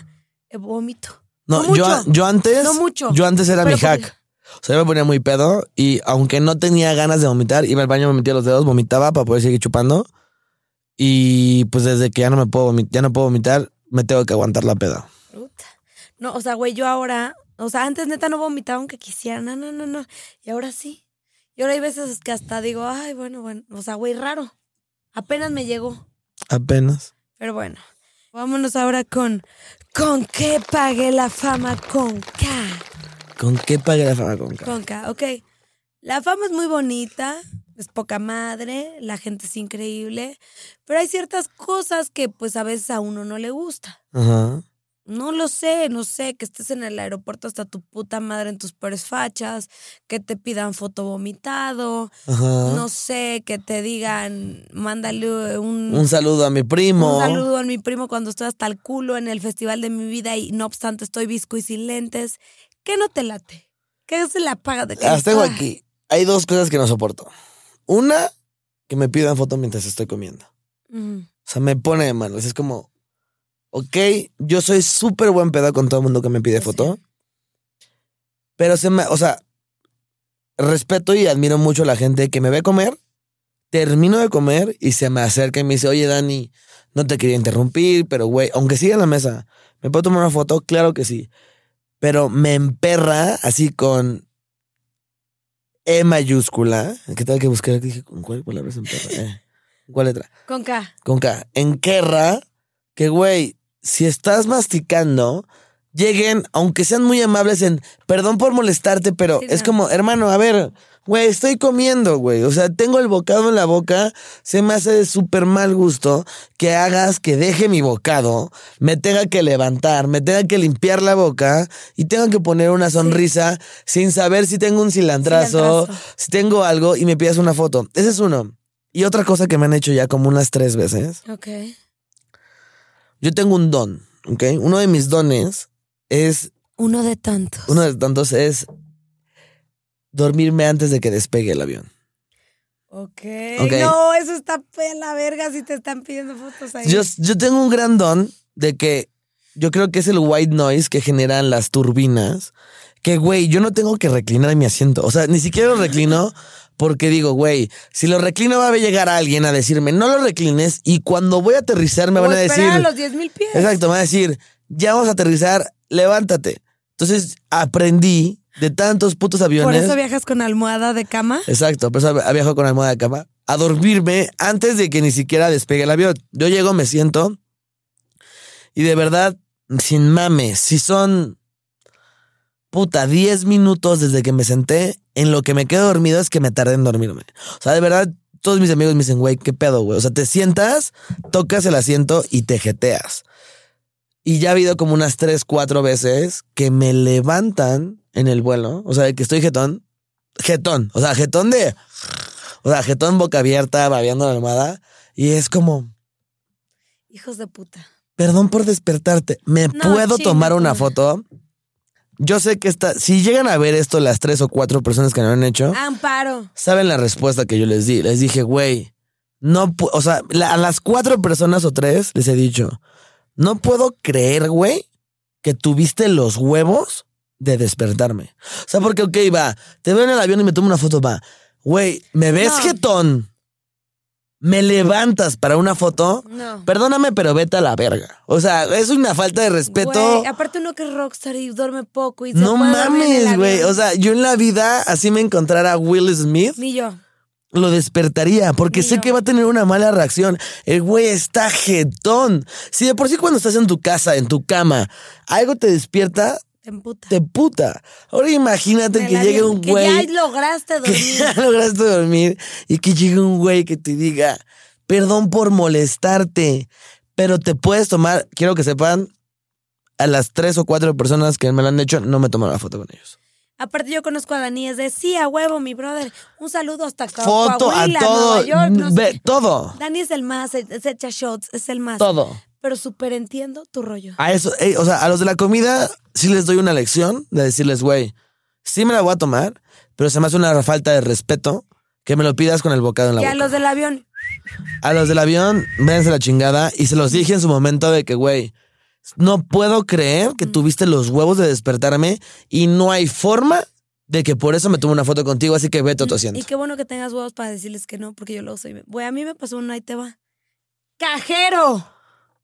Speaker 1: eh, vomito.
Speaker 2: No,
Speaker 1: mucho.
Speaker 2: yo, yo antes.
Speaker 1: No mucho.
Speaker 2: Yo antes era
Speaker 1: Pero
Speaker 2: mi hack.
Speaker 1: porque-
Speaker 2: O sea, yo me ponía muy pedo y aunque no tenía ganas de vomitar, iba al baño, me metía los dedos, vomitaba para poder seguir chupando. Y pues desde que ya no me puedo vomitar, ya no puedo vomitar, me tengo que aguantar la peda.
Speaker 1: Puta. No, o sea, güey, yo ahora, o sea, antes neta no vomitaba aunque quisiera, no, no, no, no. Y ahora sí. Y ahora hay veces que hasta digo, ay, bueno, bueno, o sea, güey, raro. Apenas me llegó,
Speaker 2: Apenas.
Speaker 1: pero bueno. Vámonos ahora con ¿Con qué pagué la fama? Con K.
Speaker 2: ¿Con qué pagué la fama con K?
Speaker 1: Con K, ok. La fama es muy bonita, es poca madre, la gente es increíble, pero hay ciertas cosas que pues a veces a uno no le gusta.
Speaker 2: Ajá.
Speaker 1: No lo sé, no sé, que estés en el aeropuerto hasta tu puta madre en tus peores fachas, que te pidan foto vomitado,
Speaker 2: Ajá.
Speaker 1: no sé, que te digan, mándale un,
Speaker 2: Un saludo a mi primo.
Speaker 1: un saludo a mi primo cuando estoy hasta el culo en el festival de mi vida y no obstante estoy visco y sin lentes. ¿Qué no te late? ¿Qué se la paga de que
Speaker 2: Las tengo
Speaker 1: Ah,
Speaker 2: aquí. Hay dos cosas que no soporto. Una, que me pidan foto mientras estoy comiendo.
Speaker 1: ujú.
Speaker 2: O sea, me pone de manos. Es como, ok, yo soy súper buen pedo con todo el mundo que me pide
Speaker 1: Yo sé.
Speaker 2: foto. Pero se me, o sea, respeto y admiro mucho a la gente que me ve comer, termino de comer y se me acerca y me dice, oye Dani, no te quería interrumpir, pero güey, aunque siga en la mesa, ¿me puedo tomar una foto? Claro que sí. Pero me emperra así con E mayúscula. ¿Qué tal que buscar? Dije, ¿con cuál palabra se emperra? Eh, ¿Cuál letra?
Speaker 1: Con K.
Speaker 2: con K, en Kerra, que güey, si estás masticando, lleguen, aunque sean muy amables en, perdón por molestarte, pero
Speaker 1: Sí,
Speaker 2: es
Speaker 1: no.
Speaker 2: como, hermano, a ver, güey, estoy comiendo, güey, o sea, tengo el bocado en la boca, se me hace de súper mal gusto que hagas que deje mi bocado, me tenga que levantar, me tenga que limpiar la boca y tenga que poner una sonrisa sin saber si tengo un cilantrazo,
Speaker 1: Cilantrazo.
Speaker 2: si tengo algo y me pidas una foto. Ese es uno. Y otra cosa que me han hecho ya como unas tres veces
Speaker 1: Ok.
Speaker 2: yo tengo un don, ¿ok? Uno de mis dones es,
Speaker 1: Uno de tantos.
Speaker 2: uno de tantos es dormirme antes de que despegue el avión.
Speaker 1: ok.
Speaker 2: Ok.
Speaker 1: No, eso está pe la verga si te están pidiendo fotos ahí.
Speaker 2: Yo, yo tengo un gran don de que yo creo que es el white noise que generan las turbinas. Que, güey, yo no tengo que reclinar mi asiento. O sea, ni siquiera lo reclino porque digo, güey, si lo reclino va a llegar alguien a decirme, no lo reclines y cuando voy a aterrizar me
Speaker 1: O
Speaker 2: van a decir...
Speaker 1: esperar a los 10 mil pies.
Speaker 2: Exacto, me va a decir, ya vamos a aterrizar, levántate. Entonces aprendí de tantos putos
Speaker 1: Por
Speaker 2: aviones.
Speaker 1: eso viajas con almohada de cama.
Speaker 2: Exacto, por eso a- viajo con almohada de cama. A dormirme antes de que ni siquiera despegue el avión. Yo llego, me siento. Y de verdad, sin mames, si son. Puta, 10 minutos desde que me senté, en lo que me quedo dormido es que me tardé en dormirme. O sea, de verdad, todos mis amigos me dicen, güey, qué pedo, güey. O sea, te sientas, tocas el asiento y te jeteas. Y ya ha habido como unas tres, cuatro veces que me levantan en el vuelo. O sea, de que estoy jetón. Jetón. O sea, jetón de. O sea, jetón boca abierta, babeando la almohada. Y es como,
Speaker 1: Hijos de puta.
Speaker 2: perdón por despertarte. ¿Me
Speaker 1: No,
Speaker 2: puedo
Speaker 1: chinga
Speaker 2: tomar una
Speaker 1: tu-
Speaker 2: foto? Yo sé que está. Si llegan a ver esto las tres o cuatro personas que lo han hecho,
Speaker 1: Amparo.
Speaker 2: saben la respuesta que yo les di. Les dije, güey, no. pu- O sea, la- a las cuatro personas o tres les he dicho, no puedo creer, güey, que tuviste los huevos de despertarme. O sea, porque, ok, va, te veo en el avión y me tomo una foto, va. Güey, ¿me ves
Speaker 1: No.
Speaker 2: jetón? ¿Me levantas para una foto?
Speaker 1: No.
Speaker 2: Perdóname, pero vete a la verga. O sea, es una falta de respeto.
Speaker 1: Güey, aparte uno que es rockstar y duerme poco y se
Speaker 2: no
Speaker 1: puede dormir en el
Speaker 2: mames, güey.
Speaker 1: avión.
Speaker 2: O sea, yo en la vida, así me encontrara a Will Smith,
Speaker 1: Ni yo.
Speaker 2: lo despertaría, porque
Speaker 1: Ni
Speaker 2: sé
Speaker 1: yo.
Speaker 2: que va a tener una mala reacción. El güey está jetón. Si de por sí cuando estás en tu casa, en tu cama, algo te despierta,
Speaker 1: Te emputa.
Speaker 2: te puta. Ahora imagínate
Speaker 1: En
Speaker 2: que
Speaker 1: el
Speaker 2: llegue
Speaker 1: avión,
Speaker 2: un
Speaker 1: que
Speaker 2: güey
Speaker 1: ya lograste
Speaker 2: que
Speaker 1: dormir.
Speaker 2: ya lograste dormir y que llegue un güey que te diga, perdón por molestarte, pero te puedes tomar, quiero que sepan, a las tres o cuatro personas que me lo han hecho, no me tomaron la foto con ellos.
Speaker 1: Aparte yo conozco a Dani, es de sí, a huevo, mi brother. Un saludo hasta acá.
Speaker 2: foto a todo,
Speaker 1: Nueva York. no
Speaker 2: ve-
Speaker 1: sé.
Speaker 2: todo,
Speaker 1: Dani es el más, se, se echa shots, es el más.
Speaker 2: todo.
Speaker 1: Pero super entiendo tu rollo.
Speaker 2: A eso, ey, o sea, a los de la comida sí les doy una lección de decirles, güey, sí me la voy a tomar, pero se me hace una falta de respeto que me lo pidas con el bocado en la
Speaker 1: Y a
Speaker 2: boca.
Speaker 1: los del avión,
Speaker 2: A los del avión, véanse la chingada. Y se los dije en su momento de que, güey, no puedo creer que tuviste los huevos de despertarme y no hay forma de que por eso me tome una foto contigo, así que vete a tu asiento.
Speaker 1: Y qué bueno que tengas huevos para decirles que no, porque yo lo soy. Güey, a mí me pasó una, ahí te va. ¡Cajero!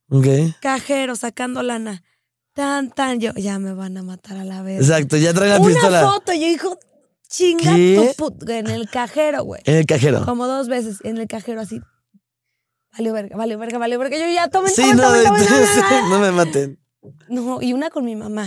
Speaker 2: Ok.
Speaker 1: Cajero, sacando lana. Tan, tan, yo, ya me van a matar a la vez.
Speaker 2: Exacto, ya trae la
Speaker 1: Una
Speaker 2: pistola
Speaker 1: foto, yo hijo, chinga
Speaker 2: ¿Qué?
Speaker 1: tu put- En el cajero, güey.
Speaker 2: en el cajero.
Speaker 1: Como dos veces, en el cajero así. Valió verga, valió verga, valió verga. Yo ya tomen,
Speaker 2: Sí,
Speaker 1: tomen,
Speaker 2: no,
Speaker 1: tomen, tomen,
Speaker 2: entonces,
Speaker 1: tomen, tomen.
Speaker 2: no me maten.
Speaker 1: No, y una con mi mamá.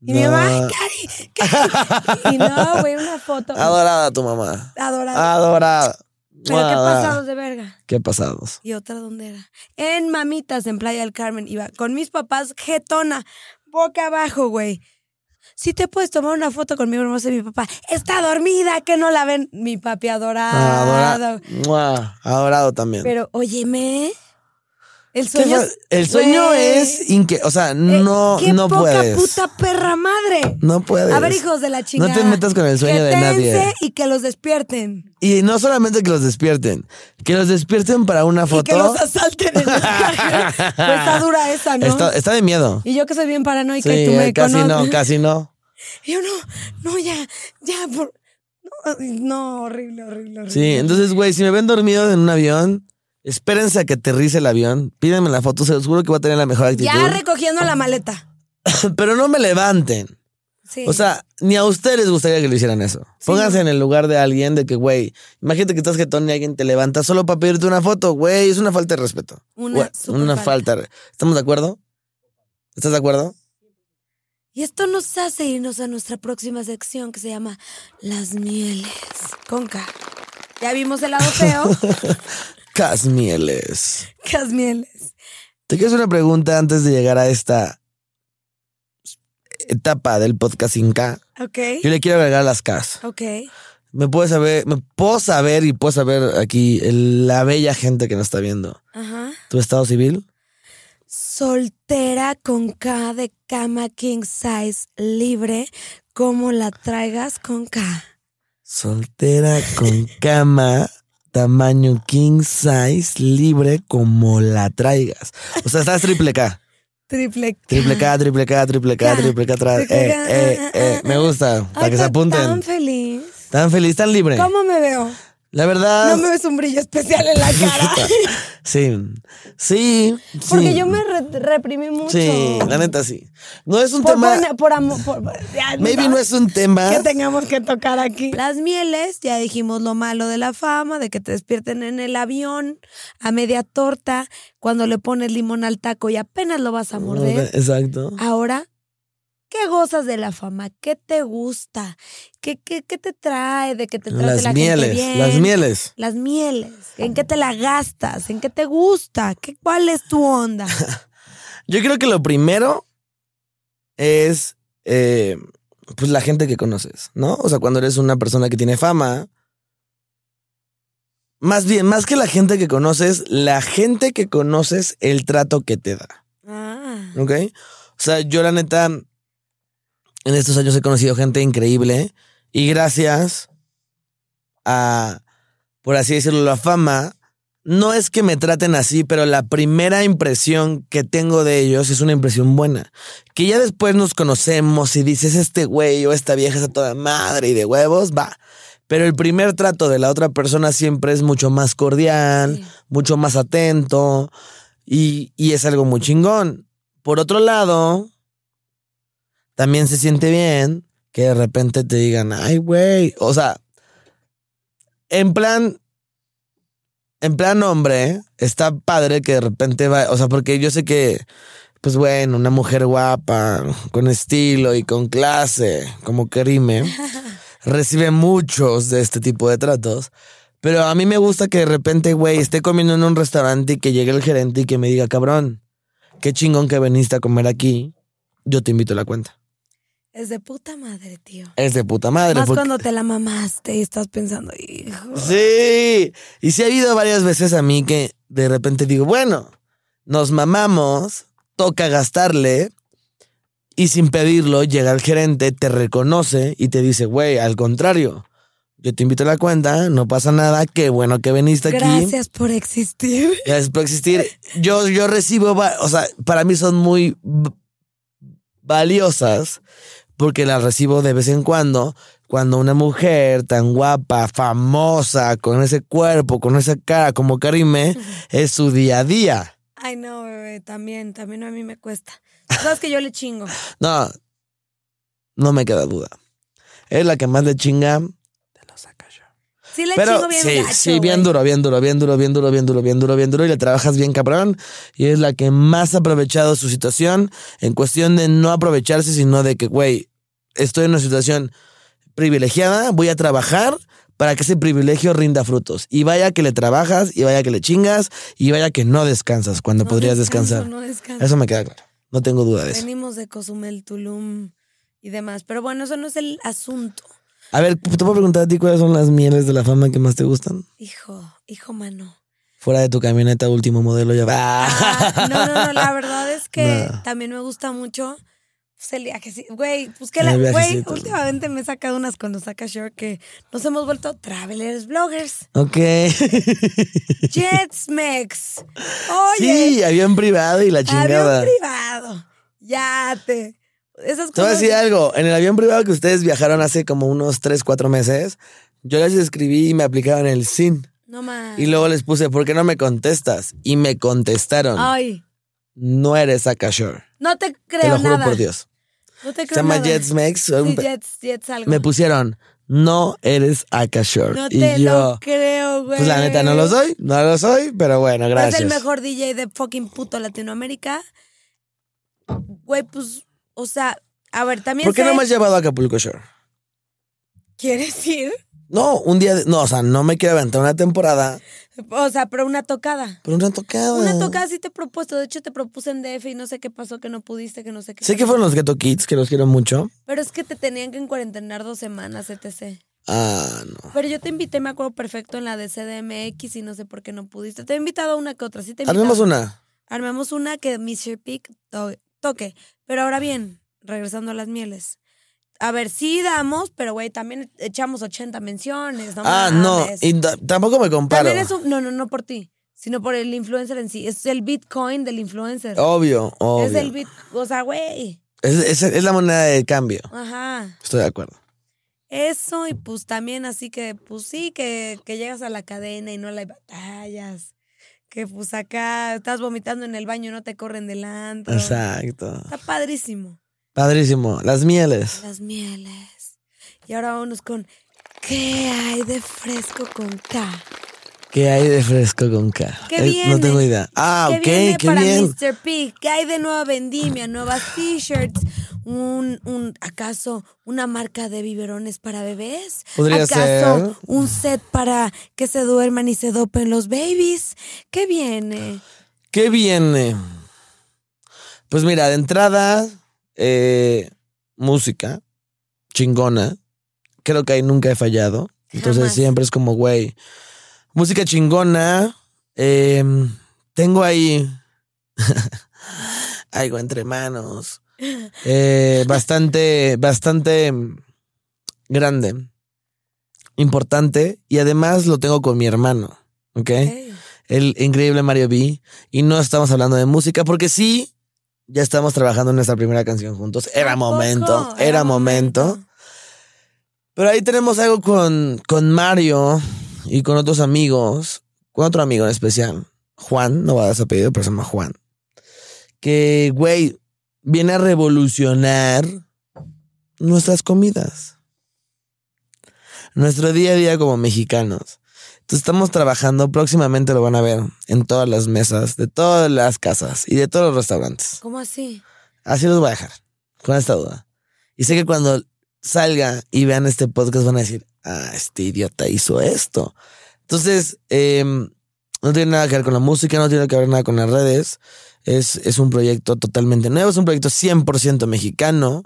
Speaker 1: Y mi
Speaker 2: No.
Speaker 1: mamá, "Cari, Cari". Y no, güey, una foto.
Speaker 2: Adorada tu mamá.
Speaker 1: Adorada.
Speaker 2: Adorada.
Speaker 1: Pero qué
Speaker 2: Adorada.
Speaker 1: pasados de verga.
Speaker 2: Qué pasados.
Speaker 1: ¿Y otra dónde era? En Mamitas, en Playa del Carmen. Iba con mis papás, jetona, boca abajo, güey. Si te puedes tomar una foto conmigo, hermosa, y mi papá. Está dormida, que no la ven. Mi papi adorado.
Speaker 2: Adorada. Mua. Adorado también.
Speaker 1: Pero, óyeme. El
Speaker 2: ¿Qué
Speaker 1: sueño.
Speaker 2: fa- el sueño
Speaker 1: Güey.
Speaker 2: es inque, o sea,
Speaker 1: Eh,
Speaker 2: no,
Speaker 1: qué
Speaker 2: no
Speaker 1: poca
Speaker 2: puedes.
Speaker 1: puta perra madre.
Speaker 2: No puedes.
Speaker 1: A ver, hijos de la chingada.
Speaker 2: No te metas con el sueño de nadie.
Speaker 1: Quétense Y que los despierten.
Speaker 2: Y no solamente que los despierten, que los despierten para una
Speaker 1: Y
Speaker 2: foto.
Speaker 1: que los asalten en el cajero. Pues está dura esa, ¿no?
Speaker 2: está, está de miedo.
Speaker 1: Y yo que soy bien paranoica y
Speaker 2: sí,
Speaker 1: tú me
Speaker 2: eh, casi
Speaker 1: conoces.
Speaker 2: no, casi no.
Speaker 1: Y yo no, no, ya, ya, por... no, no, horrible, horrible, horrible.
Speaker 2: Sí, entonces, güey, si me ven dormido en un avión, espérense a que aterrice el avión, pídenme la foto, se los juro que voy a tener la mejor actitud.
Speaker 1: Ya recogiendo la maleta.
Speaker 2: Pero no me levanten.
Speaker 1: Sí.
Speaker 2: O sea, ni a ustedes les gustaría que lo hicieran eso. Pónganse en el lugar de alguien de que, güey, imagínate que estás jetón y alguien te levanta solo para pedirte una foto, güey, es una falta de respeto.
Speaker 1: Una
Speaker 2: Güey,
Speaker 1: super
Speaker 2: una
Speaker 1: falta.
Speaker 2: falta. de- ¿Estamos de acuerdo? ¿Estás de acuerdo?
Speaker 1: Y esto nos hace irnos a nuestra próxima sección que se llama Las Mieles. Con K. Ya vimos el lado feo.
Speaker 2: Casmieles.
Speaker 1: las mieles.
Speaker 2: Te quiero hacer una pregunta antes de llegar a esta etapa del podcast sin K.
Speaker 1: Ok.
Speaker 2: Yo le quiero agregar las Ks.
Speaker 1: Ok.
Speaker 2: Me puedo saber, me puedo saber y puedo saber aquí el- la bella gente que nos está viendo.
Speaker 1: Ajá.
Speaker 2: ¿Tu estado civil?
Speaker 1: Soltera con K de cama king size libre. Como la traigas con K.
Speaker 2: Soltera con cama, tamaño king size, libre como la traigas. O sea, estás triple K.
Speaker 1: Triple K.
Speaker 2: Triple K, triple K, triple K,
Speaker 1: K,
Speaker 2: triple K atrás.
Speaker 1: triple
Speaker 2: Eh,
Speaker 1: K,
Speaker 2: eh, eh. Me gusta. Para
Speaker 1: Ay,
Speaker 2: que se
Speaker 1: tan- Tan
Speaker 2: apunten.
Speaker 1: feliz.
Speaker 2: Tan feliz, tan libre.
Speaker 1: ¿Cómo me veo?
Speaker 2: La
Speaker 1: No
Speaker 2: verdad.
Speaker 1: me ves un brillo especial en la cara.
Speaker 2: Sí. Sí.
Speaker 1: Porque
Speaker 2: sí,
Speaker 1: yo me re- reprimí mucho.
Speaker 2: Sí, la neta sí. No es un
Speaker 1: Por,
Speaker 2: tema.
Speaker 1: buena- por amor. por- ya,
Speaker 2: Maybe no es un tema.
Speaker 1: que tengamos que tocar aquí. ¿Ah? Las mieles, ya dijimos lo malo de la fama, de que te despierten en el avión a media torta, cuando le pones limón al taco y apenas lo vas a morder.
Speaker 2: Exacto.
Speaker 1: Ahora, ¿qué gozas de la fama? ¿Qué te gusta? ¿Qué, qué, qué te trae de que te trate la
Speaker 2: Las
Speaker 1: gente
Speaker 2: mieles.
Speaker 1: bien?
Speaker 2: Las mieles.
Speaker 1: Las mieles. ¿En qué te la gastas? ¿En qué te gusta? ¿Qué, ¿Cuál es tu onda?
Speaker 2: Yo creo que lo primero es eh, pues la gente que conoces, ¿no? O sea, cuando eres una persona que tiene fama. Más bien, más que la gente que conoces, la gente que conoces, el trato que te da.
Speaker 1: Ah.
Speaker 2: ¿Ok? O sea, yo la neta, en estos años he conocido gente increíble y gracias a, por así decirlo, la fama, no es que me traten así, pero la primera impresión que tengo de ellos es una impresión buena. Que ya después nos conocemos y dices, este güey o esta vieja es a toda madre y de huevos, va. Pero el primer trato de la otra persona siempre es mucho más cordial,
Speaker 1: Sí.
Speaker 2: mucho más atento y, y es algo muy chingón. Por otro lado, también se siente bien que de repente te digan, ay, güey. O sea, en plan, en plan hombre, está padre que de repente va, o sea, porque yo sé que, pues bueno, una mujer guapa, con estilo y con clase, como Kerime, recibe muchos de este tipo de tratos. Pero a mí me gusta que de repente, güey, esté comiendo en un restaurante y que llegue el gerente y que me diga, cabrón, qué chingón que veniste a comer aquí. Yo te invito a la cuenta.
Speaker 1: Es de puta madre, tío.
Speaker 2: Es de puta madre.
Speaker 1: Más
Speaker 2: porque-
Speaker 1: cuando te la mamaste y estás pensando, hijo.
Speaker 2: Sí. Y sí ha habido varias veces a mí que de repente digo, bueno, nos mamamos, toca gastarle. Y sin pedirlo, llega el gerente, te reconoce y te dice, güey, al contrario, yo te invito a la cuenta, no pasa nada, qué bueno que viniste aquí.
Speaker 1: Gracias por existir.
Speaker 2: Gracias por existir. Yo, yo recibo, va- o sea, para mí son muy v- valiosas porque las recibo de vez en cuando. Cuando una mujer tan guapa, famosa, con ese cuerpo, con esa cara como Karime, es su día a día.
Speaker 1: Ay, no, bebé, también, también a mí me cuesta. Tú Sabes que yo le chingo.
Speaker 2: No, no me queda duda. Es la que más le chinga. Te lo saca yo.
Speaker 1: Sí le
Speaker 2: Pero
Speaker 1: chingo bien
Speaker 2: sí,
Speaker 1: gacho,
Speaker 2: sí, bien
Speaker 1: güey.
Speaker 2: duro, bien duro, bien duro, bien duro, bien duro, bien duro, bien duro. Y le trabajas bien cabrón. Y es la que más ha aprovechado su situación en cuestión de no aprovecharse, sino de que, güey, estoy en una situación privilegiada, voy a trabajar para que ese privilegio rinda frutos. Y vaya que le trabajas, y vaya que le chingas, y vaya que no descansas cuando
Speaker 1: No
Speaker 2: podrías
Speaker 1: descanso,
Speaker 2: descansar.
Speaker 1: No descanso.
Speaker 2: Eso me queda claro. No tengo duda de eso.
Speaker 1: Venimos de Cozumel, Tulum y demás. Pero bueno, eso no es el asunto.
Speaker 2: A ver, te puedo preguntar a ti cuáles son las mieles de la fama que más te gustan.
Speaker 1: Hijo, hijo mano.
Speaker 2: Fuera de tu camioneta último modelo ya.
Speaker 1: Ah, no, no, no, la verdad es que
Speaker 2: No.
Speaker 1: también me gusta mucho pues, el viajecito. Güey, pues que
Speaker 2: El
Speaker 1: la. Güey,
Speaker 2: viajecito.
Speaker 1: últimamente me he sacado unas cuando saca Shore que nos hemos vuelto travelers, bloggers,
Speaker 2: Ok.
Speaker 1: jetsmex. Oye,
Speaker 2: sí, avión privado y la
Speaker 1: avión
Speaker 2: chingada.
Speaker 1: privado, yate. Esas
Speaker 2: Te voy a
Speaker 1: cosas.
Speaker 2: decir algo. En el avión privado que ustedes viajaron hace como unos 3, 4 meses, yo les escribí y me aplicaron el SIN.
Speaker 1: No más.
Speaker 2: Y luego les puse, ¿por qué no me contestas? Y me contestaron,
Speaker 1: Ay,
Speaker 2: no eres Akashore.
Speaker 1: no te creo
Speaker 2: Te lo juro
Speaker 1: nada.
Speaker 2: por Dios.
Speaker 1: No te creo
Speaker 2: Se llama
Speaker 1: nada.
Speaker 2: JetsMex.
Speaker 1: Sí,
Speaker 2: un pe-
Speaker 1: Jets, Jets algo.
Speaker 2: Me pusieron, no eres Akashore.
Speaker 1: no te
Speaker 2: y
Speaker 1: lo
Speaker 2: yo,
Speaker 1: creo, güey.
Speaker 2: pues la neta, no lo soy, no lo soy, pero bueno, gracias.
Speaker 1: Es el mejor DJ de fucking puto Latinoamérica. Güey, pues, o sea, a ver, también
Speaker 2: ¿Por qué
Speaker 1: sé-
Speaker 2: no me has llevado a Acapulco Shore?
Speaker 1: ¿Quieres ir?
Speaker 2: No, un día, de- no, o sea, no me quiero aventar una temporada.
Speaker 1: O sea, pero una tocada.
Speaker 2: Pero una tocada.
Speaker 1: Una tocada sí te he propuesto. De hecho, te propuse en DF y no sé qué pasó, que no pudiste, que no sé qué.
Speaker 2: Sé que fueron los Ghetto Kids, que los quiero mucho.
Speaker 1: Pero es que te tenían que encuarentenar dos semanas, etc.
Speaker 2: Ah, no.
Speaker 1: Pero yo te invité, me acuerdo perfecto, en la de CDMX y no sé por qué no pudiste. Te he invitado a una que otra. Sí te he invitado.
Speaker 2: Armemos una.
Speaker 1: Armemos una que Mr. Pick to- toque. Pero ahora bien, regresando a las mieles. A ver, sí damos, pero güey, también echamos 80 menciones. No
Speaker 2: ah, no.
Speaker 1: mames.
Speaker 2: Y ta- tampoco me comparo.
Speaker 1: También es un- No, no, no por ti, sino por el influencer en sí. Es el Bitcoin del influencer.
Speaker 2: Obvio, obvio.
Speaker 1: es
Speaker 2: Es,
Speaker 1: el bit, o sea, güey.
Speaker 2: es- es la moneda de cambio.
Speaker 1: Ajá.
Speaker 2: Estoy de acuerdo.
Speaker 1: Eso, y pues también así que, pues sí, que, que llegas a la cadena y no la batallas. Que pues acá estás vomitando en el baño y no te corren delante.
Speaker 2: Exacto.
Speaker 1: Está padrísimo.
Speaker 2: Padrísimo. Las mieles.
Speaker 1: Las mieles. Y ahora vámonos con ¿Qué hay de fresco con K?
Speaker 2: ¿Qué hay de fresco con K?
Speaker 1: ¿Qué
Speaker 2: Eh,
Speaker 1: viene?
Speaker 2: No tengo idea. Ah,
Speaker 1: ¿Qué
Speaker 2: ok,
Speaker 1: viene
Speaker 2: qué
Speaker 1: para
Speaker 2: bien.
Speaker 1: Mr. Pig? ¿Qué hay de nueva vendimia? ¿Nuevas t-shirts? ¿Un, un, ¿Acaso una marca de biberones para bebés?
Speaker 2: Podría
Speaker 1: ¿Acaso
Speaker 2: ser.
Speaker 1: un set para que se duerman y se dopen los babies? ¿Qué viene?
Speaker 2: ¿Qué viene? Pues mira, de entrada, eh, música, chingona. Creo que ahí nunca he fallado. Entonces
Speaker 1: Jamás.
Speaker 2: siempre es como, güey, música chingona. eh, tengo ahí algo entre manos. eh, bastante, bastante grande, importante. Y además lo tengo con mi hermano, ¿ok?
Speaker 1: Ey.
Speaker 2: el increíble Mario B. Y no estamos hablando de música porque sí, ya estamos trabajando en nuestra primera canción juntos. Era
Speaker 1: Tampoco,
Speaker 2: momento, era momento. Pero ahí tenemos algo con, con Mario y con otros amigos, con otro amigo en especial, Juan, no va a dar su apellido, pero se llama Juan. Que, güey, viene a revolucionar nuestras comidas. Nuestro día a día como mexicanos. Entonces estamos trabajando, próximamente lo van a ver en todas las mesas, de todas las casas y de todos los restaurantes.
Speaker 1: ¿Cómo así?
Speaker 2: Así los voy a dejar, con esta duda. Y sé que cuando salga y vean este podcast van a decir, ah, este idiota hizo esto. Entonces, eh, no tiene nada que ver con la música, no tiene que ver nada con las redes. Es, es un proyecto totalmente nuevo, es un proyecto 100% mexicano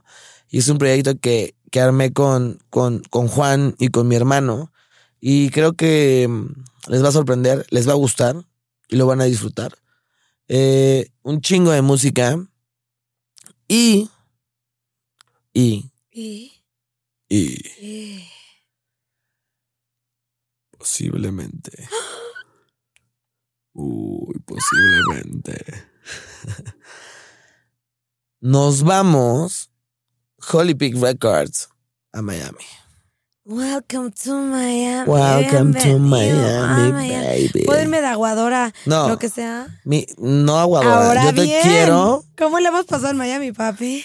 Speaker 2: y es un proyecto que, que armé con, con, con Juan y con mi hermano. Y creo que mm, les va a sorprender, les va a gustar y lo van a disfrutar. Eh, un chingo de música y, y,
Speaker 1: Y-
Speaker 2: y
Speaker 1: y-
Speaker 2: Posiblemente. Uy, posiblemente. Nos vamos, Holy Peak Records, a Miami.
Speaker 1: Welcome to Miami.
Speaker 2: Welcome to
Speaker 1: Bienvenido a
Speaker 2: Miami, Oh.
Speaker 1: Miami.
Speaker 2: baby.
Speaker 1: ¿Puedo irme de aguadora?
Speaker 2: No,
Speaker 1: Lo que sea.
Speaker 2: mi- no aguadora.
Speaker 1: Ahora
Speaker 2: Yo te
Speaker 1: bien.
Speaker 2: quiero.
Speaker 1: ¿Cómo le hemos pasado en Miami, papi?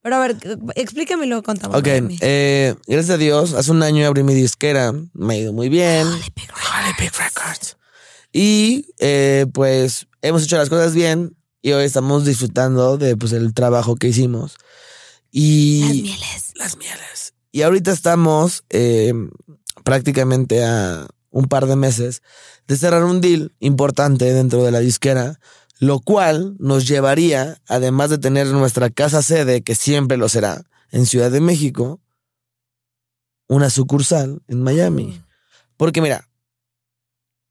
Speaker 1: Pero a ver, explícame y luego contamos.
Speaker 2: Ok,
Speaker 1: Miami.
Speaker 2: eh, gracias a Dios, hace un año abrí mi disquera, me ha ido muy bien.
Speaker 1: Holy Pig Records.
Speaker 2: Records. Y eh, pues hemos hecho las cosas bien y hoy estamos disfrutando de pues el trabajo que hicimos.
Speaker 1: Las
Speaker 2: Y
Speaker 1: mieles.
Speaker 2: las mieles. Y ahorita estamos eh, prácticamente a un par de meses de cerrar un deal importante dentro de la disquera, lo cual nos llevaría, además de tener nuestra casa sede, que siempre lo será, en Ciudad de México, una sucursal en Miami. Porque mira,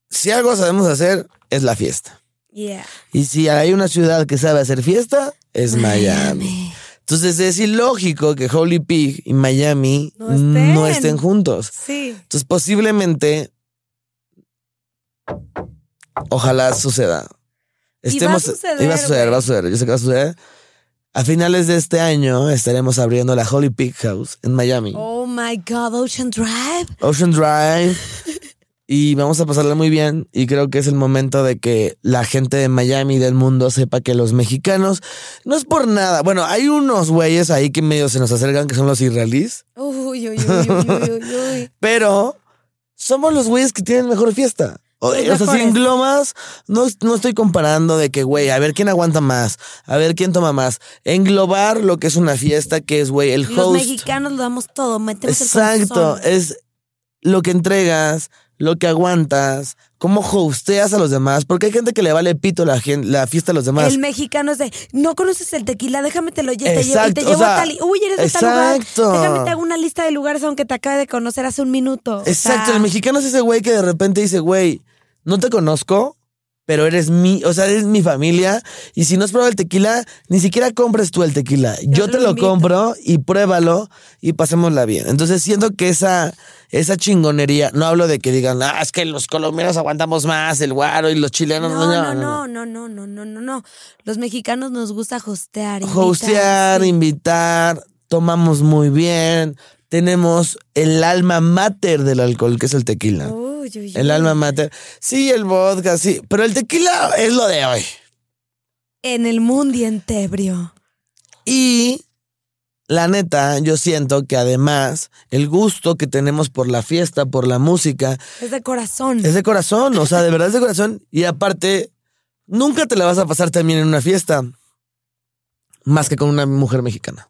Speaker 2: si algo sabemos hacer, es la fiesta.
Speaker 1: Yeah.
Speaker 2: Y si hay una ciudad que sabe hacer fiesta, es Miami. Entonces es ilógico que Holy Pig y Miami
Speaker 1: No
Speaker 2: no estén,
Speaker 1: estén.
Speaker 2: juntos.
Speaker 1: Sí.
Speaker 2: Entonces posiblemente, ojalá suceda.
Speaker 1: va a suceder,
Speaker 2: y va a suceder,
Speaker 1: güey.
Speaker 2: va a suceder, yo sé que va a suceder. A finales de este año estaremos abriendo la Holy Pig House en Miami.
Speaker 1: Oh my God, Ocean Drive.
Speaker 2: Ocean Drive. Y vamos a pasarla muy bien. Y creo que es el momento de que la gente de Miami y del mundo sepa que los mexicanos no es por nada. Bueno, hay unos güeyes ahí que medio se nos acercan que son los israelíes,
Speaker 1: Uy, uy, uy, uy, uy, uy.
Speaker 2: pero somos los güeyes que tienen mejor fiesta. O,
Speaker 1: Los
Speaker 2: o sea,
Speaker 1: mejores.
Speaker 2: sin glomas, no, no estoy comparando de que, güey, a ver quién aguanta más, a ver quién toma más. Englobar lo que es una fiesta, que es, güey, el
Speaker 1: Los
Speaker 2: host.
Speaker 1: mexicanos lo damos todo, metemos el
Speaker 2: Exacto,
Speaker 1: corazón.
Speaker 2: es lo que entregas, lo que aguantas, cómo hosteas a los demás, porque hay gente que le vale pito la, gen- la fiesta a los demás.
Speaker 1: El mexicano es de, no conoces el tequila, déjame te lo lle- te llevo, y
Speaker 2: Exacto,
Speaker 1: te
Speaker 2: o
Speaker 1: llevo
Speaker 2: sea,
Speaker 1: a tal. y- Uy, eres de tal
Speaker 2: exacto.
Speaker 1: lugar. Déjame te hago una lista de lugares aunque te acabe de conocer hace un minuto. O
Speaker 2: Exacto,
Speaker 1: sea,
Speaker 2: el mexicano es ese güey que de repente dice, güey, no te conozco, pero eres mi, o sea, eres mi familia, y si no has probado el tequila, ni siquiera compres tú el tequila. Yo,
Speaker 1: te
Speaker 2: te
Speaker 1: lo
Speaker 2: lo
Speaker 1: invito.
Speaker 2: compro y pruébalo y pasémosla bien. Entonces siento que esa, esa chingonería, no hablo de que digan, ah, es que los colombianos aguantamos más, el guaro y los chilenos.
Speaker 1: No, no, no, no, no, no, no, no, no. Los mexicanos nos gusta hostear. invitar,
Speaker 2: hostear,
Speaker 1: sí.
Speaker 2: invitar, tomamos muy bien, tenemos el alma mater del alcohol, que es el tequila.
Speaker 1: Uy, uy, uy.
Speaker 2: El alma mater. Sí, el vodka, sí, pero el tequila es lo de hoy.
Speaker 1: En el mundo entebrio.
Speaker 2: Y la neta, yo siento que además el gusto que tenemos por la fiesta, por la música,
Speaker 1: Es de corazón.
Speaker 2: es de corazón, o sea, de verdad es de corazón. Y aparte, nunca te la vas a pasar también en una fiesta más que con una mujer mexicana.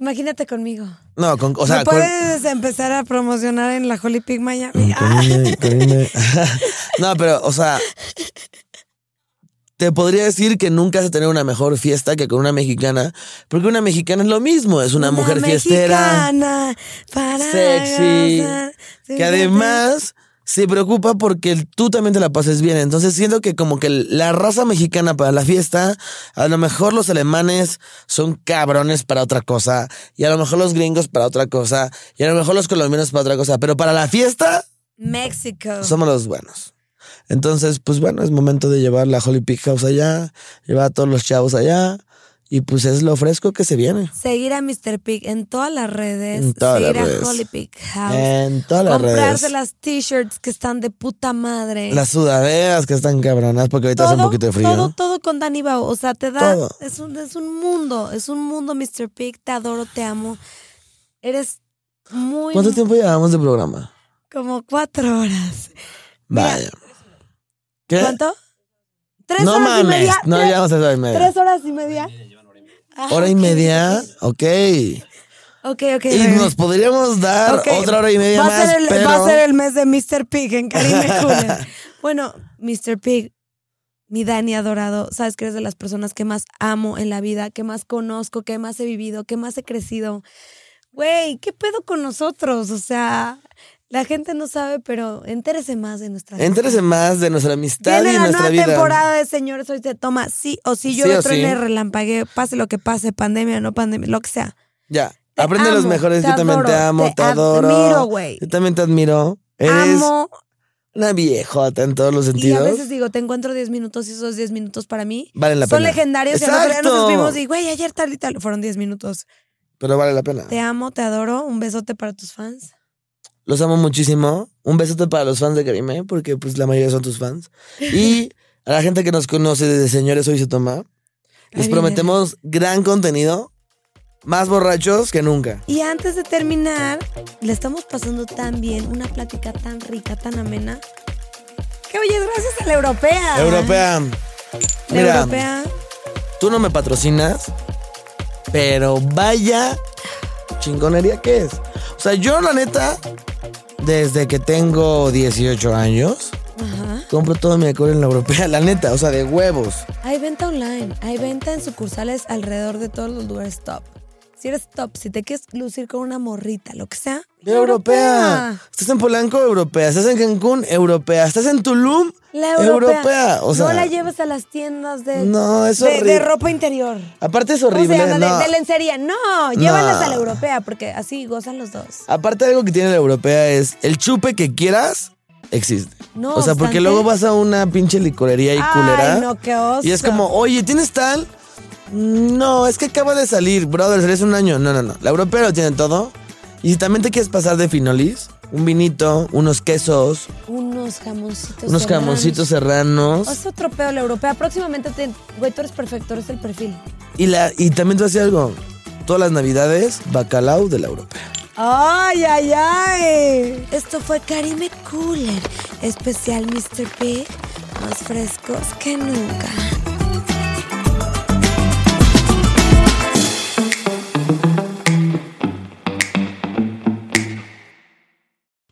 Speaker 1: Imagínate conmigo.
Speaker 2: No, con, o
Speaker 1: ¿Me
Speaker 2: sea, con-
Speaker 1: puedes empezar a promocionar en la Holy Pig Miami? Ah,
Speaker 2: Karime, Karime. no, pero, o sea, te podría decir que nunca has tenido una mejor fiesta que con una mexicana, porque una mexicana es lo mismo, es una, mujer fiestera,
Speaker 1: mexicana para
Speaker 2: sexy,
Speaker 1: gozar.
Speaker 2: que además se preocupa porque el- tú también te la pases bien. Entonces siento que como que la raza mexicana para la fiesta, a lo mejor los alemanes son cabrones para otra cosa, y a lo mejor los gringos para otra cosa, y a lo mejor los colombianos para otra cosa, pero para la fiesta
Speaker 1: México.
Speaker 2: somos los buenos. Entonces, pues bueno, es momento de llevar la Holy Pig House allá, llevar a todos los chavos allá, y pues es lo fresco que se viene.
Speaker 1: Seguir a Mr. Pig en todas las redes.
Speaker 2: En todas las
Speaker 1: seguir
Speaker 2: redes.
Speaker 1: a Holy Pig House.
Speaker 2: En todas las
Speaker 1: comprarse
Speaker 2: redes.
Speaker 1: las t-shirts que están de puta madre.
Speaker 2: Las sudaderas que están cabronas, porque ahorita
Speaker 1: todo,
Speaker 2: hace un poquito de frío.
Speaker 1: todo, todo con Dani Bao. O sea, te da.
Speaker 2: Todo.
Speaker 1: Es un, es un mundo. Es un mundo, Mr. Pig. Te adoro, te amo. Eres muy.
Speaker 2: ¿Cuánto tiempo llevamos de programa?
Speaker 1: Como cuatro horas.
Speaker 2: Vaya. ¿Qué?
Speaker 1: ¿Cuánto? Tres
Speaker 2: ¿Eh? no
Speaker 1: horas
Speaker 2: mames.
Speaker 1: y media.
Speaker 2: No,
Speaker 1: tres,
Speaker 2: llevamos a hora y media.
Speaker 1: tres horas y media. Ah,
Speaker 2: hora y
Speaker 1: ok.
Speaker 2: media, ok.
Speaker 1: Ok, ok.
Speaker 2: Y
Speaker 1: ok.
Speaker 2: nos podríamos dar
Speaker 1: Ok.
Speaker 2: otra hora y media
Speaker 1: va a
Speaker 2: más,
Speaker 1: ser el,
Speaker 2: pero...
Speaker 1: Va a ser el mes de Mr. Pig en Karime Cooler. bueno, Mr. Pig, mi Dani adorado, sabes que eres de las personas que más amo en la vida, que más conozco, que más he vivido, que más he crecido. Güey, ¿qué pedo con nosotros? O sea, la gente no sabe, pero entérese más de nuestra vida.
Speaker 2: Entérese más de nuestra amistad
Speaker 1: Viene
Speaker 2: y
Speaker 1: la
Speaker 2: nuestra
Speaker 1: nueva
Speaker 2: vida.
Speaker 1: temporada de Señores Hoy se toma sí o sí, yo
Speaker 2: Sí
Speaker 1: lo
Speaker 2: o
Speaker 1: truene,
Speaker 2: sí.
Speaker 1: relampaguee, pase lo que pase, pandemia o no pandemia, lo que sea.
Speaker 2: Ya.
Speaker 1: Te
Speaker 2: Aprende los
Speaker 1: amo,
Speaker 2: mejores.
Speaker 1: te
Speaker 2: Yo también te
Speaker 1: adoro,
Speaker 2: amo,
Speaker 1: te
Speaker 2: te, adoro.
Speaker 1: admiro, güey.
Speaker 2: Yo también te admiro. Eres
Speaker 1: Amo
Speaker 2: una viejota en todos los
Speaker 1: Y a
Speaker 2: sentidos.
Speaker 1: veces digo, te encuentro 10 minutos y esos 10 minutos para mí
Speaker 2: Valen la
Speaker 1: son
Speaker 2: pena.
Speaker 1: legendarios. Y a lo mejor ya
Speaker 2: Exacto.
Speaker 1: nos escribimos y, güey, ayer tal y tal. Fueron 10 minutos.
Speaker 2: Pero vale la pena.
Speaker 1: Te amo, te adoro. Un besote para tus fans.
Speaker 2: Los amo muchísimo. Un besote para los fans de Karime, porque pues la mayoría son tus fans. Y a la gente que nos conoce de Señores Hoy se toma. Les
Speaker 1: Ay,
Speaker 2: prometemos gran contenido. Más borrachos que nunca.
Speaker 1: Y antes de terminar, le estamos pasando tan bien, una plática tan rica, tan amena. Que oye, gracias a la europea.
Speaker 2: Europea.
Speaker 1: La
Speaker 2: Mira,
Speaker 1: Ah. europea.
Speaker 2: tú no me patrocinas, pero vaya chingonería que es. O sea, yo la neta, desde que tengo 18 años,
Speaker 1: Ajá.
Speaker 2: compro todo mi alcohol en la europea, la neta, o sea, de huevos.
Speaker 1: Hay venta online, hay venta en sucursales alrededor de todos los lugares top. Si eres top, si te quieres lucir con una morrita, lo que sea.
Speaker 2: La europea. Estás en Polanco, europea. Estás en Cancún, europea. Estás en Tulum,
Speaker 1: La europea.
Speaker 2: O sea,
Speaker 1: no la lleves a las tiendas de,
Speaker 2: No, es
Speaker 1: de,
Speaker 2: horrible.
Speaker 1: de ropa interior.
Speaker 2: aparte es
Speaker 1: ¿Cómo se
Speaker 2: horrible.
Speaker 1: llama? De-
Speaker 2: no.
Speaker 1: De, lencería. No, llévalas a la europea porque así gozan los dos.
Speaker 2: Aparte, algo que tiene la europea es el chupe que quieras existe.
Speaker 1: No
Speaker 2: o sea, porque
Speaker 1: obstante-
Speaker 2: luego vas a una pinche licorería y
Speaker 1: Ay,
Speaker 2: culera.
Speaker 1: no, qué oso.
Speaker 2: Y es como, oye, ¿tienes tal? No, es que acaba de salir, brother, salí hace un año. No, no, no. La europea lo tiene todo. Y si también te quieres pasar de finolis, un vinito, unos quesos,
Speaker 1: Unos jamoncitos.
Speaker 2: unos
Speaker 1: serranos.
Speaker 2: jamoncitos serranos.
Speaker 1: O sea, otro pedo la europea. Próximamente, te, güey, tú eres perfecto, eres el perfil.
Speaker 2: Y, la, y también te voy a decir algo. Todas las navidades, bacalao de la europea.
Speaker 1: ¡Ay, ay, ay! Esto fue Karime Cooler, especial Mr. Pig, más frescos que nunca.